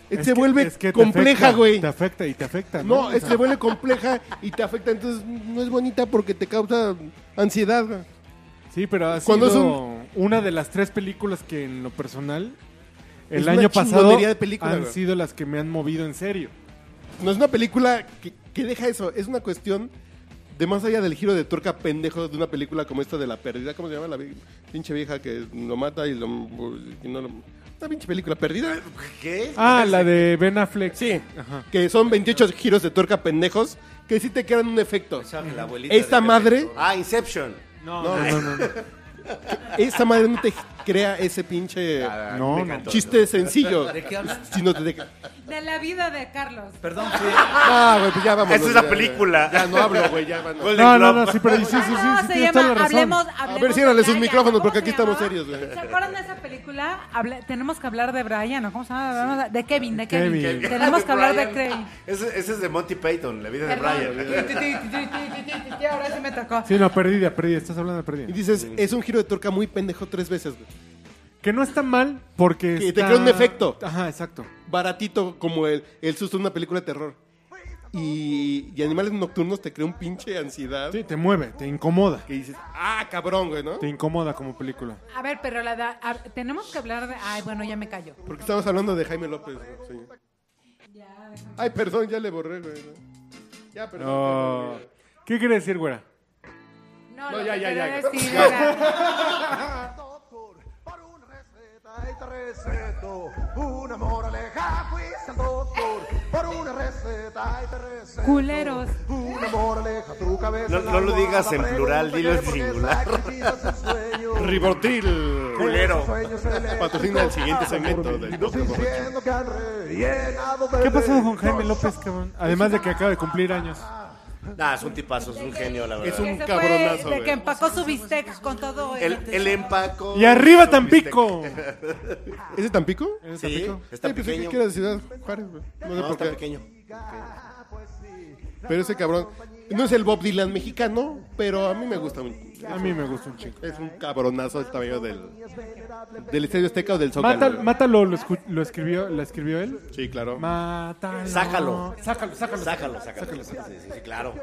B: Se
A: Es que-
B: vuelve
A: es que te
B: compleja,
A: afecta,
B: güey.
A: Te afecta y te afecta.
B: No,
A: O
B: es-
A: sea,
B: se vuelve compleja y te afecta. Entonces no es bonita porque te causa ansiedad, güey.
A: Sí, pero ha
B: Cuando es
A: sido una de las tres películas que en lo personal el
B: Es una
A: año pasado
B: chingonería de película,
A: han
B: güey.
A: sido las que me han movido en serio.
B: No es una película que, que deja eso. Es una cuestión de más allá del giro de tuerca pendejo de una película como esta de la pérdida. ¿Cómo se llama? La vi- pinche vieja que lo mata y, lo, y no lo- Una pinche película perdida.
E: ¿Qué?
A: Ah, la de Ben Affleck.
B: Sí.
A: Ajá.
B: Que son 28 giros de tuerca pendejos que sí te quedan un efecto.
E: La abuelita
B: Esta
E: de-
B: madre,
E: Ah, Inception.
A: No, no, no, no, no.
B: esta madre no te crea ese pinche
A: No, no.
B: chiste sencillo.
C: ¿De qué hablas?
B: Sino te deja-
F: De la vida de Carlos.
C: Perdón, Fer.
B: Ah, güey, pues ya vamos.
E: Esa es la película.
B: Ya, no hablo, güey, ya van. a-
E: Golden
A: No, no,
E: Globe.
A: no, Ah, sí, pero sí, sí, sí,
F: No,
A: sí,
F: Ah, se
A: tienes
F: llama
A: toda la razón.
F: Hablemos,
B: A
F: hablemos
B: ver, ciérrale
F: de
B: sus
F: Brian.
B: micrófonos
F: ¿Cómo
B: porque
F: se
B: aquí estamos
F: llama?
B: serios, eh. güey.
F: ¿Se acuerdan de esa película? Habla- tenemos que hablar de Brian, ¿o cómo se llama? Hablamos de- De Kevin, de Kevin.
A: Kevin.
F: Tenemos que hablar de
E: Brian.
F: Kevin.
E: Ese, ese es de Monty Python, la vida de Brian.
F: Perdón. Ahora sí me tocó.
A: Sí, no, perdida, perdida. Estás hablando de
B: Y
A: perdida.
B: dices, es un giro de tuerca muy pendejo tres veces, güey.
A: Que no está mal porque
B: Que te
A: está-
B: crea un defecto.
A: Ajá, exacto.
B: Baratito como el, el susto de una película de terror. Y, y Animales Nocturnos te crea un pinche ansiedad
A: Sí, te mueve, te incomoda.
B: que dices, ah, cabrón, güey, ¿no?
A: Te incomoda como película.
F: A ver, pero la da- a- tenemos que hablar de. Ay, bueno, ya me callo.
B: Porque estamos hablando de Jaime López, güey, señor. Ay, perdón, ya le borré, güey. ¿no? Ya, perdón.
A: No. Ah, ¿Qué quiere decir, güera?
F: No,
B: No,
F: lo
B: ya,
F: que
B: ya,
F: quería
B: ya.
F: decir era-
G: por, por un receta y te receto una moraleja fuiste al doctor por una receta y te receto
F: Culeros.
G: una moraleja tu cabeza
E: No-
G: en la
E: no lo digas
G: almohada,
E: en plural, dilo en
G: pregúntate
E: singular.
G: por qué sacrificas el sueño.
B: Ribotil.
E: Culero.
G: Sueño se
B: Patrocina el Ah, siguiente segmento. de-
G: Diciendo que han rellenado
A: ¿Qué
G: de
A: ha pasado con Jaime López, cabrón? Además de que acaba de cumplir años.
E: Nah, es un tipazo, es un genio, la verdad.
B: Es un
F: que se fue,
B: cabronazo,
F: de
B: güey.
F: que empacó su bistec con todo el.
E: El, em- el empaco.
A: ¡Y arriba
E: Su bistec.
A: Tampico!
B: ¿Ese es Tampico?
A: ¿Eres
E: Sí,
A: Tampico?
E: está
B: Ay, pensé
E: pequeño.
B: que era de Ciudad Juárez, güey. No sé
E: No,
B: por
E: está
B: qué.
E: pequeño.
B: Pero ese cabrón. No es el Bob Dylan mexicano, pero a mí me gusta mucho.
A: A mí me gusta un chico.
B: Es un cabronazo el tamaño del, del Estadio Azteca o del Zócalo.
A: Mátalo, mátalo lo, escu- lo escribió, ¿la escribió él?
B: Sí, claro.
A: Mátalo.
E: Sácalo.
A: Sácalo, sácalo.
E: Sácalo, sácalo. Sí, sí, sí, claro.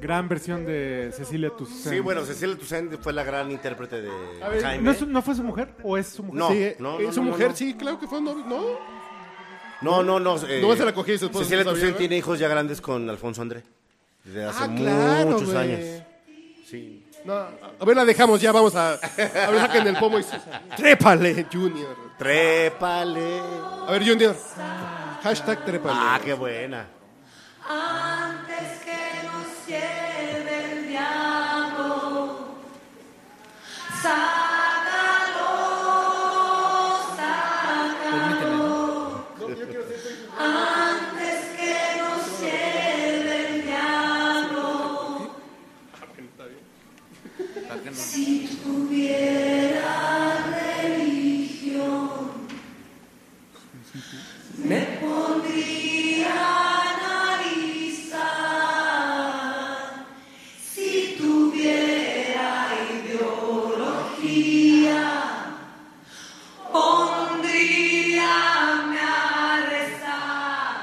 A: Gran versión de Cecilia Toussaint.
E: Sí, bueno, Cecilia Toussaint fue la gran intérprete de Jaime.
A: ¿No, es su- no fue su mujer? ¿O es su mujer?
E: No,
B: Sí,
E: no,
B: eh,
E: no,
B: su
E: no,
B: mujer,
E: no.
B: sí, claro que fue novio, ¿no?
E: No, no, no. eh,
B: Nomás se la cogí y su esposo
E: Cecilia
B: no sabía,
E: Toussaint
B: ¿verdad?
E: tiene hijos ya grandes con Alfonso André. Desde hace
B: Ah, claro,
E: muchos
B: güey.
E: años. Sí.
B: No, a ver, la dejamos ya, vamos a... A ver, saquen el pomo y... Trépale, Junior.
E: Trépale.
B: A ver, Junior. Hashtag trépale.
E: Ah, qué buena.
H: Antes que nos lleve el diablo, sácalo, sácalo.
C: Permíteme. ¿no?
H: Antes que nos lleve el diablo,
C: ¿Para qué no?
H: si tuviera religión, me pondría a analizar si tuviera ideología, pondríame a rezar.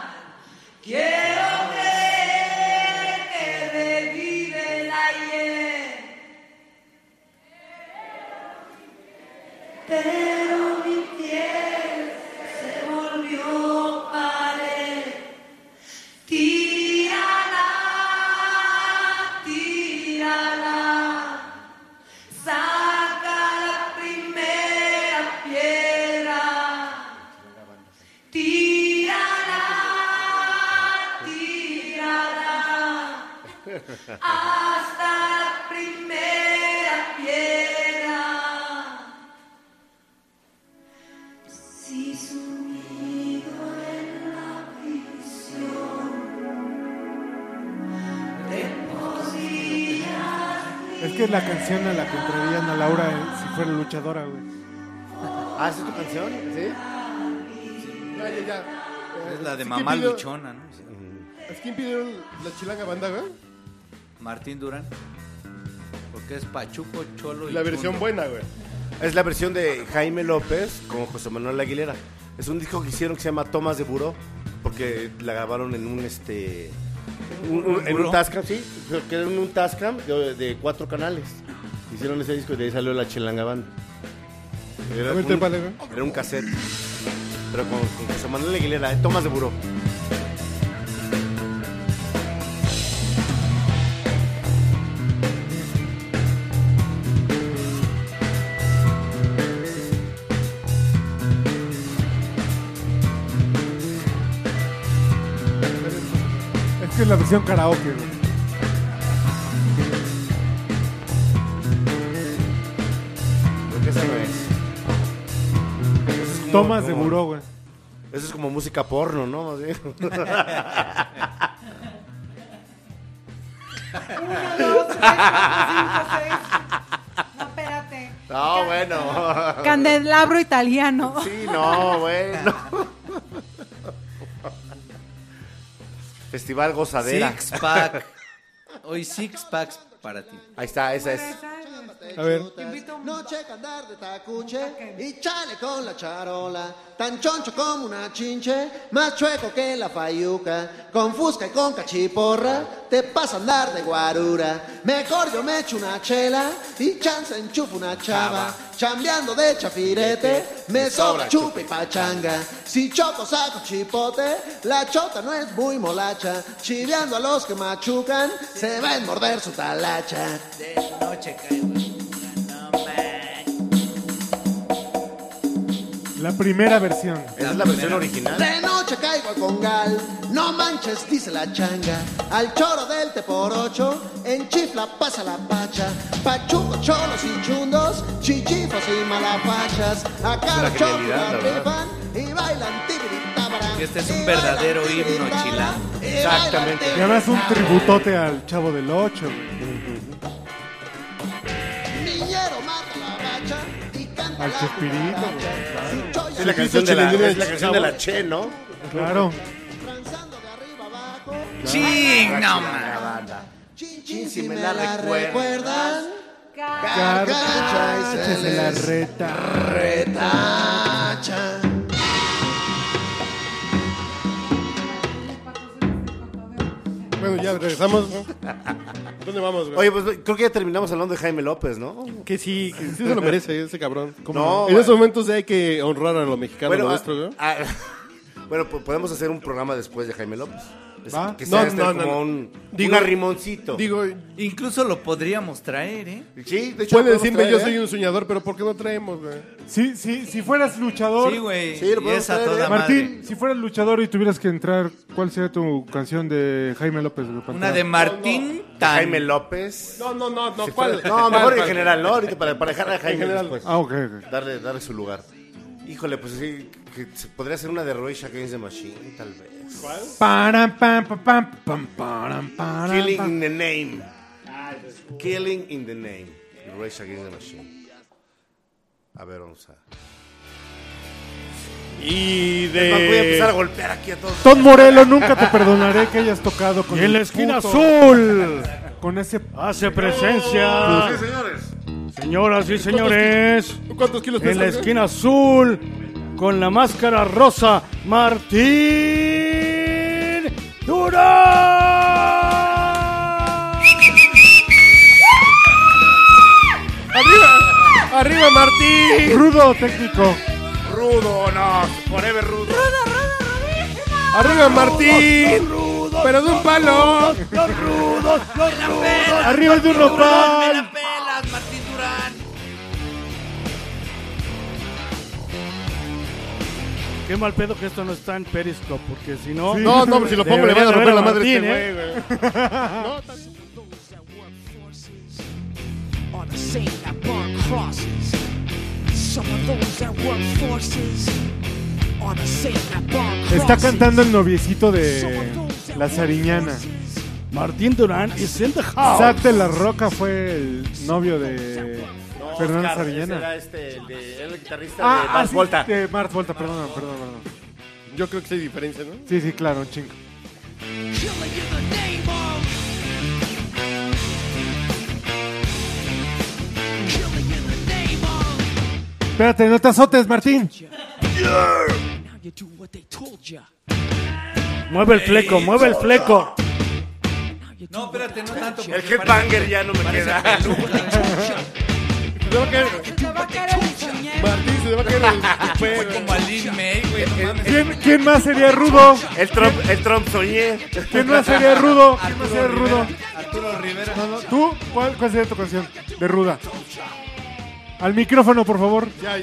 H: Quiero creer que revive el ayer. pero mi piel se volvió pared. Tírala, tírala, saca la primera piedra. Tírala, tírala, hasta la primera piedra. Si sumido en la prisión te podías
A: Es que la canción a la que entraría Ana Laura eh, si fuera luchadora, güey.
E: Ah, ¿esa es tu canción?
B: ¿Sí? Ya, ya, ya.
C: Es la de
B: Sí,
C: mamá
B: ¿quién pidió-
C: luchona, ¿no? Sí.
B: ¿Es quién pidió la chilanga banda, güey?
C: Martín Durán. Porque es Pachuco, Cholo y
B: La versión
C: Chundo.
B: buena, güey.
E: Es la versión de Jaime López con José Manuel Aguilera. Es un disco que hicieron que se llama Tomas de Buró, porque la grabaron en un este un- un- en
C: ¿Buró?
E: un Tascam, sí, que era un Tascam de, de cuatro canales. Hicieron ese disco y de ahí salió la Chilanga Banda. Era,
B: A ver,
E: un,
B: trépale, güey.
E: era un cassette. Pero con, con José Manuel Aguilera, eh, Tomas de Buró.
A: Es que es la versión karaoke, güey.
E: Porque esa no es. Eso es como-
A: Tomas de
E: como-
A: buró, güey.
E: Eso es como música porno, ¿no? Más bien.
F: Uno, dos, tres, cuatro, cinco, seis. No, espérate.
E: No, bueno.
F: Candelabro italiano.
E: Sí, no, bueno. Festival Gozadera.
C: Six pack. Hoy six packs para ti.
E: Ahí está, esa es.
A: A ver.
G: Noche andar de tacuche y chale con la charola, tan choncho como una chinche, más chueco que la fayuca, con fusca y con cachiporra, te pasa a andar de guarura. Mejor yo me echo una chela y chance enchufo una chava, chambeando de chafirete, me sobra chupa y pachanga. Si choco saco chipote, la chota no es muy molacha, chileando a los que machucan, se va a morder su talacha.
H: de noche caigo en una nube.
A: La primera versión.
E: Esa es la versión original.
G: De noche caigo al congal, no manches, dice la changa. Al choro del te por ocho, en chifla pasa la pacha. Pachuco, cholos y chundos, chichifos y malapachas. Acá los cholos
E: genialidad,
G: la
E: la verdad.
G: rifan y bailan tibiritábara.
C: Este es un
G: Y
C: verdadero
G: bailan
C: himno
G: tibiritábara,
C: chilango.
G: y bailan
E: Exactamente.
A: Y ahora es un tributote al Chavo del Ocho, güey.
G: Niñero mata la bacha y canta
A: Al
G: la
A: Chespirito,
G: cucaracha. Si
E: Es la canción de la, es la canción de la Che, ¿no?
A: Claro.
G: Transando de arriba abajo.
C: Ching, no
E: La
C: man.
E: banda.
G: Chin, chin, si me la recuerdas, Carcacha y se
A: de la
G: les
A: reta.
G: retacha.
B: Bueno, ya regresamos. ¿no? ¿Dónde vamos, güey?
E: Oye, pues creo que ya terminamos hablando de Jaime López, ¿no?
B: que sí, que sí se lo merece ese cabrón.
E: No,
B: en
E: güey.
B: esos momentos hay que honrar a lo mexicano, lo
E: a-
B: nuestro, güey.
E: a- ah, bueno, po- podemos hacer un programa después de Jaime López. Es-
A: ¿Va?
E: Que sea
B: No,
E: este
B: no,
E: como
B: no.
E: un,
B: Digo-
E: un arrimoncito.
B: Digo,
C: Incluso lo podríamos traer, ¿eh?
E: sí, de hecho,
B: puede
E: lo podemos
B: decirme yo
E: traer,
B: soy
E: ¿eh?
B: un soñador, pero ¿por qué no traemos, güey?
A: Sí, sí, si fueras luchador.
C: Sí, güey.
E: Sí, lo
C: y
E: podemos
C: es a
E: traer, ¿eh?
C: toda
A: Martín,
C: madre.
A: si fueras luchador y tuvieras que entrar, ¿cuál sería tu canción de Jaime López? güey, para
C: Una
A: entrar?
C: de Martín Tan.
E: Jaime López.
B: No, no, no, no,
E: Si
B: ¿cuál?
E: fuera- no, mejor en
B: ¿Cuál?
E: general, ¿no? Ahorita para, para dejar a Jaime
B: general. pues.
E: después.
A: Ah, ok, ok.
E: Darle, darle su lugar. Híjole, pues sí, que se- podría ser una de Royce Against the Machine, tal vez.
A: Param, pam, pam, pam, pam, param, param,
E: Killing
A: pam.
E: in the Name. Killing in the Name. Rage Against the Machine. A ver, vamos a.
B: Y
E: Voy a empezar a
B: de...
E: golpear aquí a todos.
A: Tom Morello, nunca te perdonaré que hayas tocado con
D: Y en la
A: el
D: esquina
A: puto-
D: azul
A: Con ese.
D: hace presencia.
E: señores.
D: Señoras y señores,
B: ¿Cuántos kilos
D: en la
B: pesas, güey?
D: esquina azul, con la máscara rosa, Martín Durán.
B: ¡Arriba! ¡Arriba, Martín!
A: Rudo técnico.
E: Rudo, no. Forever rudo.
B: ¡Arriba, Martín! ¡Pero de un palo!
A: Arriba de un
C: ¡Me
A: nopal.
C: la pelas, Martín Durán!
D: Qué mal pedo que esto no está en Periscope, porque si no.
B: No, no, si lo pongo le van
D: Deberías de
B: a
D: ver
B: romper
D: a
B: la madre a
D: Martín,
B: este
D: ¿eh?
B: güey, güey.
I: are the same that burn crosses. Some of those that work forces are the same that
D: ¿eh?
I: burn crosses.
A: Está cantando el noviecito
I: Some of
A: de
I: those that
A: La
I: work
A: Sariñana.
I: forces
D: Martín Durán is in the house.
A: Zac de la Roca fue el novio de Fernando
E: Oscar, ese
A: Sariñana.
E: Era este, el, de, era el guitarrista de
A: Ah, ah,
E: Mars
A: sí,
E: Volta.
A: de Mars Volta, perdón, perdón, perdón.
B: Yo creo que sí hay diferencia, ¿no?
A: Sí, sí, claro, un chingo.
I: Killing in the name of. Killing in the name of.
A: Espérate, no te azotes, Martín.
I: Now you do what they told ya.
D: Mueve el fleco, mueve el fleco.
I: Now you do
C: No, espérate, no tanto.
E: El
C: porque
E: headbanger ya no me queda.
B: Se va a caer-
F: Te va a caer el puñet.
B: Martín, se le va a caer el
C: Fue
B: pelo.
C: como a Lin May, güey, no mames.
A: ¿Quién, quién más sería rudo?
E: El Trump, el Trump soñé.
A: ¿Quién más sería rudo? ¿Quién más sería rudo?
C: Rivera, Arturo Rivera.
A: No, no, ¿Tú? ¿Cuál, cuál sería tu canción de ruda? Al micrófono, por favor.
B: Ya,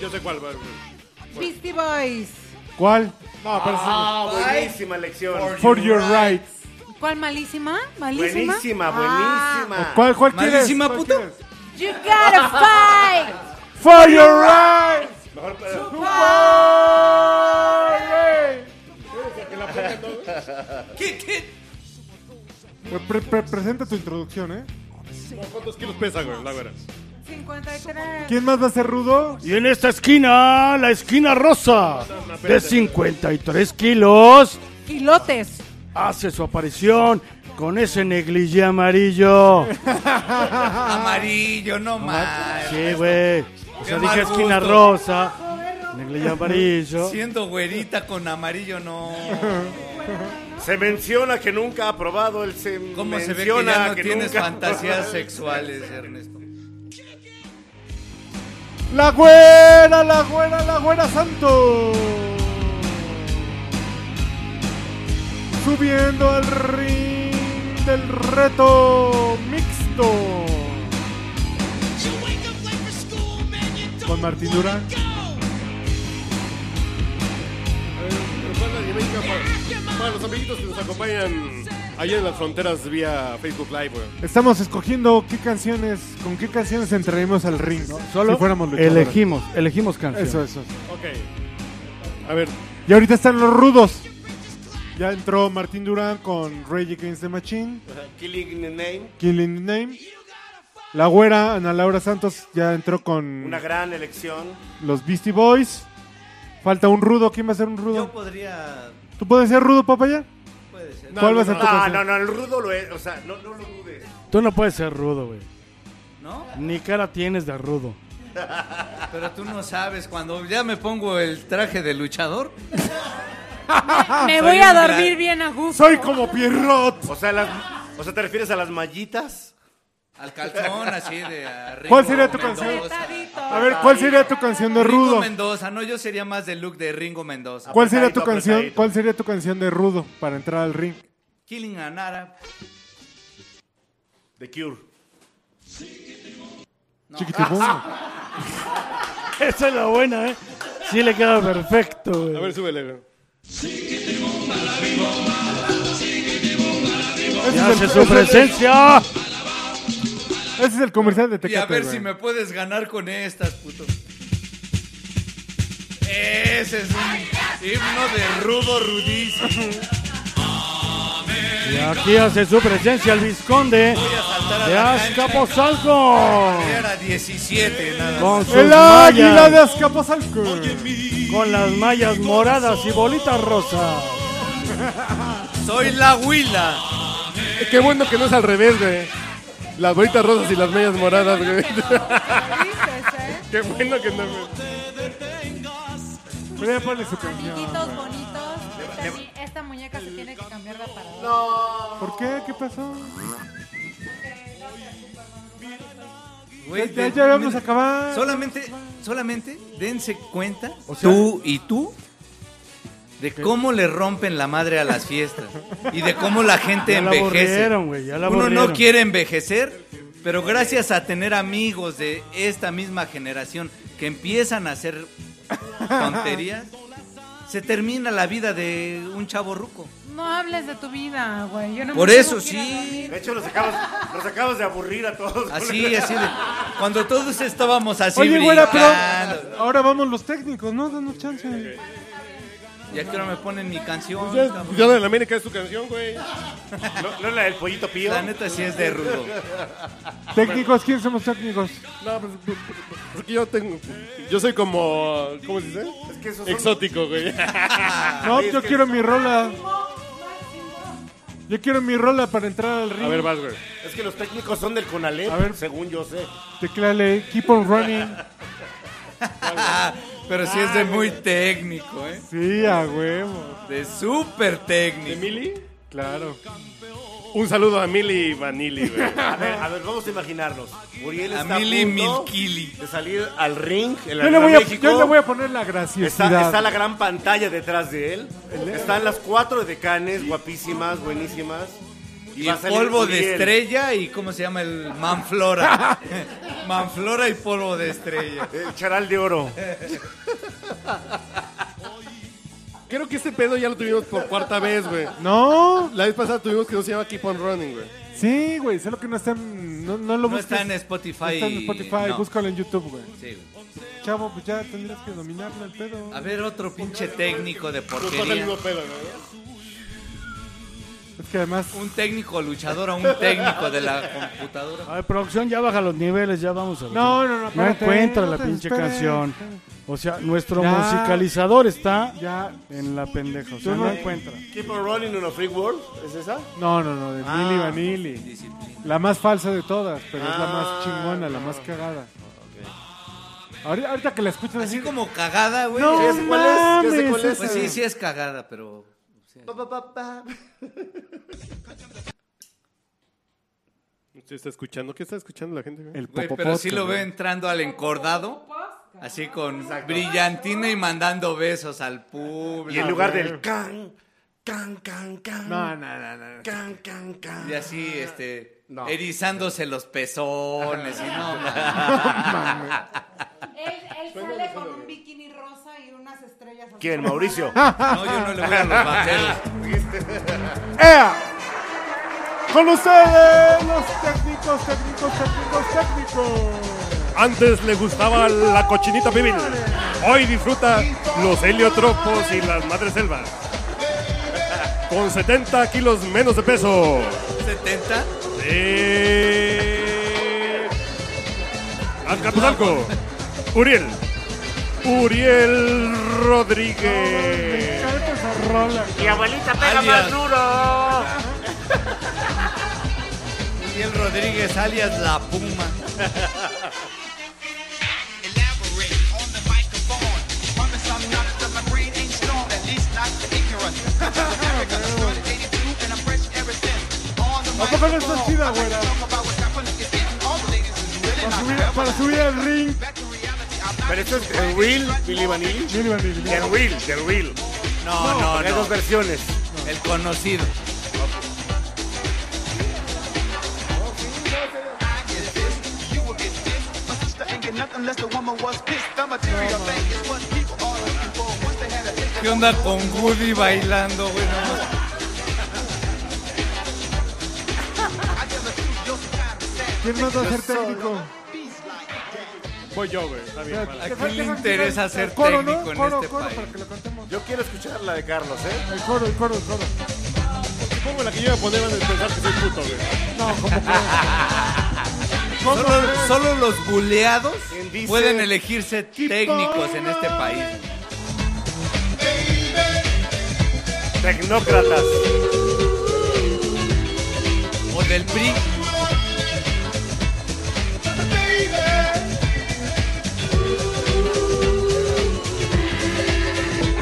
B: yo sé cuál va, güey.
F: Beastie Boys.
A: ¿Cuál? No,
E: Ah, buenísima lección.
A: For Your Rights.
F: ¿Cuál malísima? ¿Malísima? Ah,
E: Buenísima,
A: ¿O
E: buenísima.
A: ¿Cuál, cuál quieres?
C: Malísima,
A: ¿Cuál
C: puto.
A: quieres?
F: You gotta fight
A: For Your Rights.
C: ¿Qué, qué?
A: Pre- Pues pre- pre- presenta tu introducción, ¿eh?
B: ¿Cuántos kilos pesa, güey? La güera.
F: 53.
A: ¿Quién más va a ser rudo?
D: Y en esta esquina, la esquina rosa, de 53 kilos,
F: Quilotes.
D: hace su aparición con ese negligé amarillo.
C: Amarillo, no más.
D: Sí, güey. O sea,
C: Qué
D: dije
C: mal
D: esquina
C: gusto.
D: rosa, negligé amarillo.
C: Siendo güerita con amarillo, no.
E: Se menciona que nunca ha probado el se
C: ¿Cómo se ve que ya
E: menciona
C: no tienes
E: nunca-
C: fantasías sexuales, Ernesto?
A: La güera, la güera, la güera santo. Subiendo al ring del reto mixto. Con Martín Durán.
B: Recuerda, Jamaica, para, para los amiguitos que nos acompañan allá en las fronteras vía Facebook Live, güey.
A: Estamos escogiendo qué canciones, con qué canciones entraremos al ring.
D: Solo
A: si fuéramos luchadores.
D: elegimos, elegimos canción.
A: Eso, eso.
B: Ok. A ver,
A: Y ahorita están los rudos. Ya entró Martín Durán con Rage Against the Machine.
E: Killing in the Name.
A: Killing the Name. La güera Ana Laura Santos ya entró con
E: Una gran elección.
A: los Beastie Boys. Falta un rudo. ¿Quién va a ser un rudo?
C: Yo podría.
A: ¿Tú puedes ser rudo, papaya?
C: Puede ser.
A: ¿Cuál va a ser tu
E: Ah, No,
A: canción?
E: no, no, el rudo lo es. O sea, no, no lo dudes.
D: Tú no puedes ser rudo, güey.
C: ¿no?
D: Ni cara tienes de rudo.
C: Pero tú no sabes, cuando ya me pongo el traje de luchador,
F: Me
A: Ah,
C: Soy
F: voy a
C: un gran-
F: dormir bien a gusto.
A: Soy como Pierrot.
E: O sea, las- o sea, ¿te refieres a las mallitas?
C: al calzón así de a Rico
A: ¿Cuál sería tu canción?
C: Mendoza.
A: A ver, ¿cuál sería tu canción de
C: Ringo
A: Rudo?
C: Mendoza, no, yo sería más del look de Ringo Mendoza.
A: ¿Cuál sería tu
E: Apretadito,
A: canción?
E: apretadito.
A: ¿Cuál sería tu canción de Rudo para entrar al ring?
C: Killing an Arab.
E: The Cure.
A: Chiquitibum.
D: Esa es la buena, ¿eh? Sí le queda perfecto, güey.
B: A ver, súbele, güey.
D: Ya hace su presencia.
A: Ese es el comercial de
C: Y
A: Tecate.
C: a ver
A: güey.
C: si me puedes ganar con estas, puto. Ese es un himno de rudo rudísimo.
D: Y aquí hace su presencia el vizconde
C: Voy a saltar a
D: de
C: la cancha.
D: Azcapotzalco.
C: Era 17, nada más.
D: Con sus
A: El águila de
D: mallas,
A: Azcapotzalco.
D: con las mallas moradas y bolitas rosas.
C: Soy la huila.
B: Eh, Qué bueno que no es al revés, güey. Las bolitas rosas y las medias moradas, güey.
F: ¿Qué dices, eh?
B: Qué bueno que no, güey.
A: Pero ya ponle su canción.
F: Amiguitos bonitos. También Esta muñeca se tiene que cambiar de aparador.
A: ¿Por qué? ¿Qué pasó? Ya,
C: Güey,
A: ya,
C: de-
A: ya vamos a acabar.
C: Solamente, solamente dense cuenta, tú y tú, de cómo le rompen la madre a las fiestas y de cómo la gente
D: Ya la
C: envejece.
D: aburrieron, güey, ya la
C: Uno no
D: aburrieron.
C: quiere envejecer, pero gracias a tener amigos de esta misma generación que empiezan a hacer tonterías, se termina la vida de un chavo ruco.
F: No hables de tu vida, güey. Yo no
C: Por
F: me
C: eso
F: tengo que ir a
C: sí,
E: De hecho, los acabas, los acabas de aburrir a todos.
C: así, así de, cuando todos estábamos así
A: Oye, güera, pero
C: brincando.
A: ahora vamos los técnicos, ¿no? Danos chance.
C: Y aquí ahora me ponen mi canción.
A: Pues
C: cabrón.
B: Yo de la América es tu canción, güey.
E: No, no es la del pollito pío.
C: La neta sí es de rudo.
A: Técnicos, ¿quién somos técnicos?
B: No, pues, pues, porque yo tengo. Yo soy como. ¿Cómo se dice?
E: Es que esos son-
B: Exótico, güey.
A: No,
E: es
A: yo
E: que-
A: quiero mi rola. Yo quiero mi rola para entrar al ring.
B: A ver, vas, güey.
E: Es que los técnicos son del Conalep,
A: A ver.
E: según yo sé.
A: Teclale, keep on running.
C: Pero sí es
E: Ah,
C: de muy técnico, ¿eh?
A: Sí, a huevo.
C: De súper técnico.
B: ¿Mili? Claro. Un saludo a Mili Vanilli, güey.
E: A ver, a ver, vamos a imaginarnos. Muriel
C: A
E: está a
C: Mili
E: punto
C: Milkili.
E: de salir al ring. En la
A: Yo le,
E: Arena
A: voy a,
E: México.
A: yo le voy a poner la graciosidad.
E: Está, está la gran pantalla detrás de él. Están las cuatro decanes, guapísimas, buenísimas.
C: Y
E: va a salir
C: polvo
E: Uriel.
C: de estrella y ¿cómo se llama el Manflora? Manflora y polvo de estrella.
E: El Eh, charal de oro.
B: Creo que este pedo ya lo tuvimos por cuarta vez, güey.
A: No,
B: La vez pasada tuvimos que no se llama Keep on Running, güey.
A: sí, güey. Solo que no está en- No, no lo
C: No
A: busques.
C: está en Spotify.
A: No está en Spotify.
C: no.
A: Búscalo en YouTube, güey.
C: Sí, güey.
A: Chavo, pues ya tendrías que dominarlo el pedo.
C: A ver, otro pinche técnico de
B: Todo el
C: porquería.
B: mismo pedo, güey.
A: Es que además.
C: Un técnico luchador a un técnico de la computadora.
D: A ver, producción, ya baja los niveles, ya vamos a ver.
A: No, no, no,
D: No
A: espérate,
D: encuentra
A: no
D: la
A: te
D: pinche
A: desesperes.
D: canción. O sea, nuestro
A: Ya.
D: musicalizador está
A: Ya.
D: en la pendeja. O sea,
A: Tú
D: no
A: no-
D: encuentra.
E: Keep on running on a free world. ¿Es esa?
A: No, no, no. De Milli Vanilli.
C: Disciplina.
A: La más falsa de todas, pero es la
E: Ah,
A: más chingona, la más cagada. Ahorita, ahorita que la escuchas
C: Así
A: así,
C: como cagada, güey.
A: No,
E: sé cuál es, ya sé cuál es.
C: Pues sí, sí es cagada, pero...
E: Pa, pa, pa, pa.
B: ¿Se está escuchando? ¿Qué está escuchando la gente, güey?
A: el
C: Güey,
A: popopot.
C: pero sí lo veo
A: cabrón.
C: entrando al encordado, así con brillantina y mandando besos al público.
E: Y en lugar del can, can, can, can.
A: No, no, no, no.
E: Can, can, can.
C: Y así, este,
E: No.
C: erizándose los pezones y no.
F: Él, él sale con un bikini rosa y unas estrellas así.
E: ¿Quién? Mauricio.
A: Ah,
C: No, yo no le voy a los vaqueros.
A: ¡Ea! Con ustedes, los técnicos, técnicos, técnicos, técnicos.
B: Antes le gustaba la cochinita pibil. Hoy disfruta los heliotropos y las madres selvas. Con 70 kilos menos de peso.
C: 70.
B: De... Azcapotzalco. Uriel. Uriel Rodríguez.
E: Y abuelita
C: Alias.
E: duro.
C: Gabriel Rodríguez, alias La Puma.
I: Elaborate on the microphone. Promise I'm not that my brain ain't strong, at least not ignorant. Come to America, I'm born in 82 and I'm fresh ever since. On the
A: ¿A poco no está
I: microphone,
A: chida,
I: I like to
A: güera?
I: talk about what's happening. It's getting all the ladies is really
A: Para
I: not
A: subir,
I: grabbing.
A: para subir al ring.
I: Back to reality, I'm not
E: Pero esto es
I: just
E: el Will, Billy Vanilli.
A: Billy Vanilli.
E: El Will, el Will.
C: No, no,
E: Hay
C: no.
E: dos versiones.
C: El conocido.
I: You will get this, but sister ain't get nothing unless the woman was pissed. The material thing is what people are looking for. Once they had a taste,
C: ¿Qué onda con Woody bailando, güey? No mames.
I: I tell the truth, you're sometimes sad.
A: ¿Quién más va a ser técnico?
B: Voy yo, güey. Está bien, vale.
C: ¿A quién le interesa ser
A: Coro, ¿no?
C: técnico en
A: Coro,
C: este
A: coro,
C: país?
A: para que lo cantemos.
E: Yo quiero escuchar la de Carlos, ¿eh?
A: El coro, el coro, el coro.
B: Supongo la que yo voy a poner van a pensar que soy puto, güey.
A: No, como que... ¿Cómo
C: Solo,
A: crees?
C: solo los buleados
E: ¿Quién dice?
C: pueden elegirse técnicos en este país.
E: Tecnócratas.
C: O del PRI.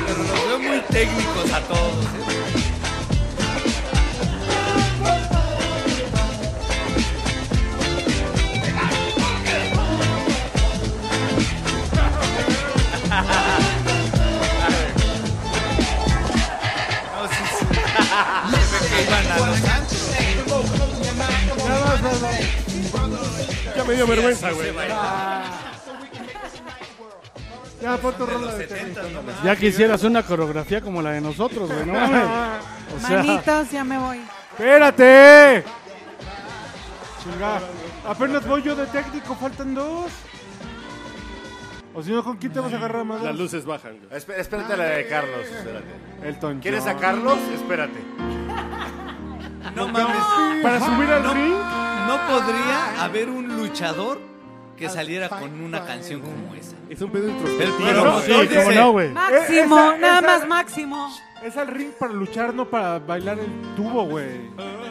C: Pero los veo muy técnicos a todos. ¿eh? No, sí, sí. Se ve que iban a los
B: Ya me dio vergüenza, güey.
A: Ya, pon tu rola de técnico.
C: 70, ¿no?
D: Ya quisieras una coreografía como la de nosotros, güey, no mames. O sea,
F: Manitos, ya me voy.
A: Eh, ¡Espérate! Chinga. Apenas voy yo de técnico, faltan dos. O si no, ¿con quién te vas a agarrar más?
B: Las luces bajan, güey.
E: Espé- Espérate la de Carlos. Espérate.
A: Elton John.
E: ¿Quieres a Carlos? Espérate.
C: No mames.
A: ¿Para subir al
C: No,
A: ring?
C: no podría haber un luchador que saliera con una canción como esa.
B: Es un pedo
C: El
B: introspectivo.
C: tiro,
A: no,
D: sí,
C: dice,
D: como no, güey.
F: Máximo,
A: esa-
F: nada
A: esa-
F: más máximo.
A: Es al ring para luchar, no para bailar el tubo, güey.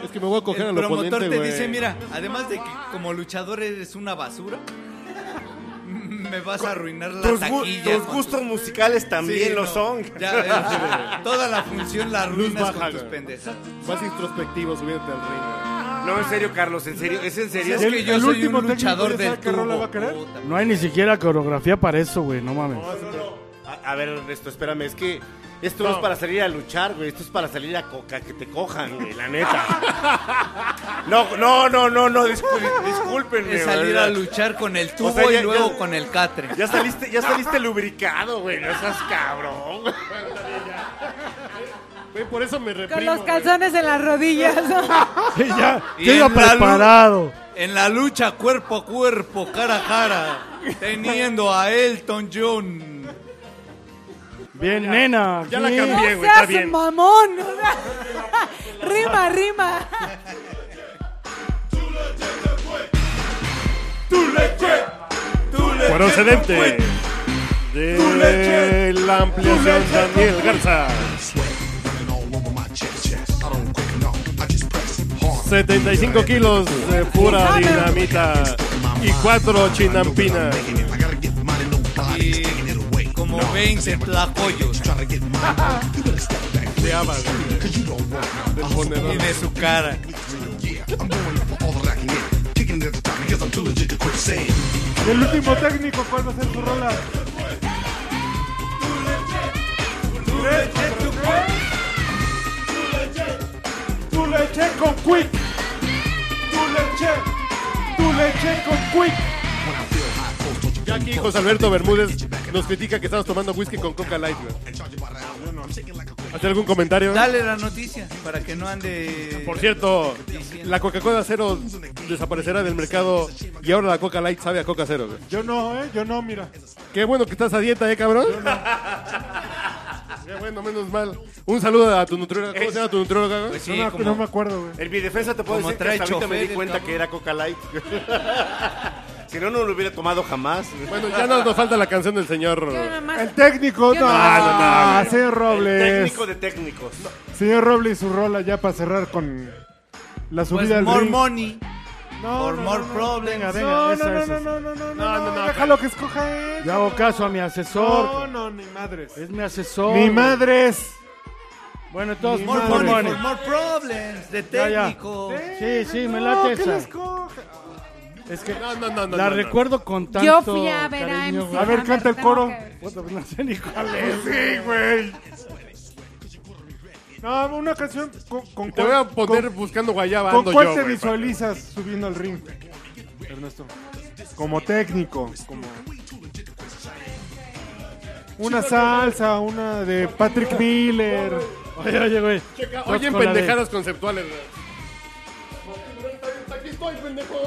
B: Es que me voy a coger
C: El
B: al
C: promotor
B: oponente,
C: te
B: güey.
C: dice, mira, además de que como luchador eres una basura, me vas a arruinar la
E: Tus, gu-
C: taquilla.
E: tus
C: con
E: gustos
C: tu-
E: musicales también
C: Sí,
E: lo
C: no.
E: son.
C: Ya, eh, toda la función la
B: Luz
C: arruinas
B: baja,
C: con tus
B: güey.
C: pendejas.
B: Vas introspectivo subiendo al ring,
E: No, en serio, Carlos, en serio. ¿Es en serio?
C: Es que
A: el-
C: yo
A: el
C: soy
A: último
C: un
A: técnico
C: luchador
A: ya sabe
C: del
A: qué rola va a querer.
C: tubo. puta.
D: no hay ni siquiera coreografía para eso, güey, no mames.
E: A, a ver, Ernesto, espérame, es que esto no. es para salir a luchar, güey, esto es para salir a coca, que te cojan, güey, la neta. No, no, no, no, no, discul- discúlpenme.
C: Es salir
E: ¿verdad?
C: a luchar con el tubo
E: sea, ya-
C: y luego
E: ya-
C: con el catre.
E: Ya saliste, ya saliste lubricado, güey, no seas cabrón. güey.
B: güey. Güey, por eso me reprimo,
F: Con los
B: güey.
F: calzones en las rodillas.
D: Sí, ya,
C: Y
D: yo
C: en la
D: iba
C: lu-
D: preparado.
C: En la lucha cuerpo a cuerpo, cara a cara, teniendo a Elton John.
D: Bien, nena.
B: Ya la
D: aquí.
B: cambié. bien,
F: no
B: güey, está
F: seas
B: bien.
F: mamón. o sea, rima, rima.
B: Procedente de la ampliación Daniel Garza. 75 kilos de pura dinamita y 4 chinampinas.
C: Y como 20 tlacoyos
B: Te ama, güey. Del
C: y
B: ponedor.
C: de su cara.
A: Y el último técnico, ¿cuál va a ser su rola? Tu leche con quick. Tu leche. Tu leche con quick.
B: Ya aquí José Alberto Bermúdez nos critica que estamos tomando whisky con Coca Light. güey. ¿Hace algún comentario?
C: Dale la noticia para que no ande. pues
B: Por cierto, la Coca-Cola Cero desaparecerá del mercado y ahora la Coca Light sabe a Coca Cero. güey.
A: Yo no, ¿eh? Yo no, mira.
B: Qué bueno que estás a dieta, ¿eh, cabrón? Qué bueno, menos mal. Un saludo a tu nutrióloga. ¿Cómo se llama tu nutrióloga? güey?
C: Pues sí,
A: no, me-
C: como-
A: no me acuerdo, güey.
E: En mi defensa te puedo
C: Como
E: decir que
C: trae
E: hasta ahorita me
C: chofer,
E: di
C: el
E: cuenta
C: cabrón.
E: que era coca light. si no, no lo hubiera tomado jamás.
B: Bueno, ya no nos falta la canción del señor.
F: Yo nada más-
A: El técnico, no,
F: Yo no-
A: no, no, señor
E: El
A: Robles.
E: técnico de técnicos.
A: Señor Robles y su rola ya para cerrar con la
C: Pues,
A: subida al
C: more
A: ring.
C: money. For more problems.
D: Venga, venga,
A: No,
D: esa,
A: no, no,
D: esa, esa.
A: no, no, no, no, no,
B: no, no.
A: Déjalo que escoja él.
D: Yo hago caso a mi
A: No,
D: asesor.
A: no, ni madres.
D: Es mi asesor.
A: Ni madres.
D: Bueno, entonces,
A: Ni
D: more,
C: More
A: madres.
D: more
C: money,
D: money.
C: for more problems. De
D: Ya, ya.
C: técnico.
D: Sí, sí, me
A: No,
D: late
A: que
D: esa.
A: la escoja.
D: Es que
B: No, no, no, no.
D: la
B: no, no.
D: recuerdo con tanto
F: Yo fui a ver a
D: cariño,
F: MC.
D: güey.
A: A ver,
F: Hammer,
A: canta el
F: tengo
A: coro.
F: que ver.
D: Puta, pues, no sé ni cuál es.
A: Sí, güey. No, una canción con, con
B: Te voy a
A: cuál-
B: poner
A: con-
B: buscando guayaba.
A: ¿Con
B: ando
A: cuál
B: yo,
A: te
B: güey, para-
A: visualizas subiendo al ring, Ernesto? Como técnico, como... Una salsa, una de Patrick Miller.
D: Oye, oye, güey.
B: Checa,
D: Todos
B: Oye, en
D: con la de-
B: pendejadas conceptuales. güey. Aquí estoy, pendejo.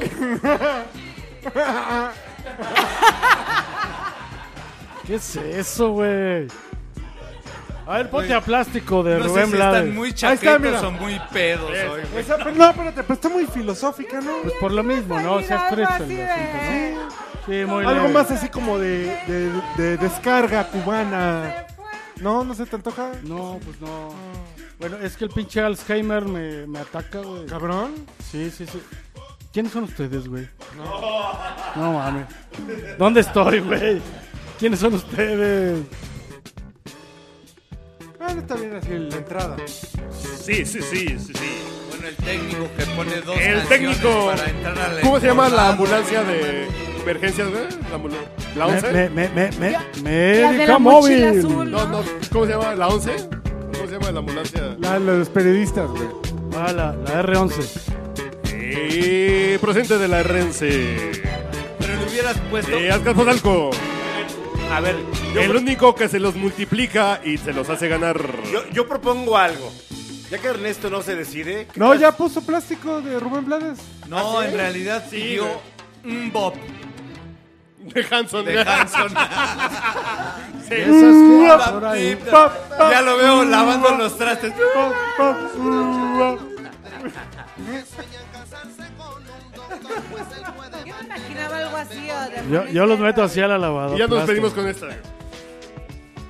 D: ¿Qué es eso, güey? A ver, ponte a plástico de
C: No sé
D: Rubén
C: si
D: Blades.
C: están muy
A: está, mira.
C: chaquetos o muy pedos hoy.
A: Esa- pero pues, no, espérate, pero está muy filosófica, ¿no?
D: Pues por lo mismo, ¿no? O sea, es
F: Algo
D: fresco
F: así
D: el
F: de- eh.
D: asunto, ¿no? Sí, muy
A: Algo
D: leve.
A: más así como de, de- de Eh, descarga cubana. No, no se te antoja.
D: No, pues no. Bueno, es que el pinche Alzheimer me, me ataca, güey.
A: Cabrón.
D: Sí, sí, sí. ¿Quiénes son ustedes, güey? No. No mames. ¿Dónde estoy, güey? ¿Quiénes son ustedes?
A: Ah, no está bien así la entrada.
J: Sí, sí, sí, sí, sí.
C: Bueno, el técnico que pone dos
J: El
C: canciones
J: técnico.
C: para entrar a la
B: ¿Cómo se llama la
C: entrada.
B: ambulancia de emergencias, güey? La, ambul- ¿La
D: Me,
B: 11?
D: me, me, me, me,
F: La de
D: médica
F: la mochila
D: móvil.
F: azul.
B: No,
F: ¿no?
B: no. ¿Cómo se llama? ¿La 11? ¿Cómo se llama la ambulancia?
A: La, la de los periodistas, güey.
D: Ah, la, la R11.
B: Eh, procedente de la Rense.
C: Pero le hubieras puesto.
B: Eh, Azcapotzalco.
J: A ver, yo,
B: El único que se los multiplica y se los hace ganar.
E: Yo, yo propongo algo. Ya que Ernesto no se decide,
A: No, ya puso plástico de Rubén Blades.
C: No, en realidad pidió un bob
B: De Hanson.
C: de Hanson.
D: ¿Esas qué? Ahora ahí.
C: ya lo veo lavando los trastes.
F: Yo me imaginaba algo así. o de
D: Yo, yo los meto así a la lavadora.
B: Y ya nos
D: pedimos
B: pedimos con esta.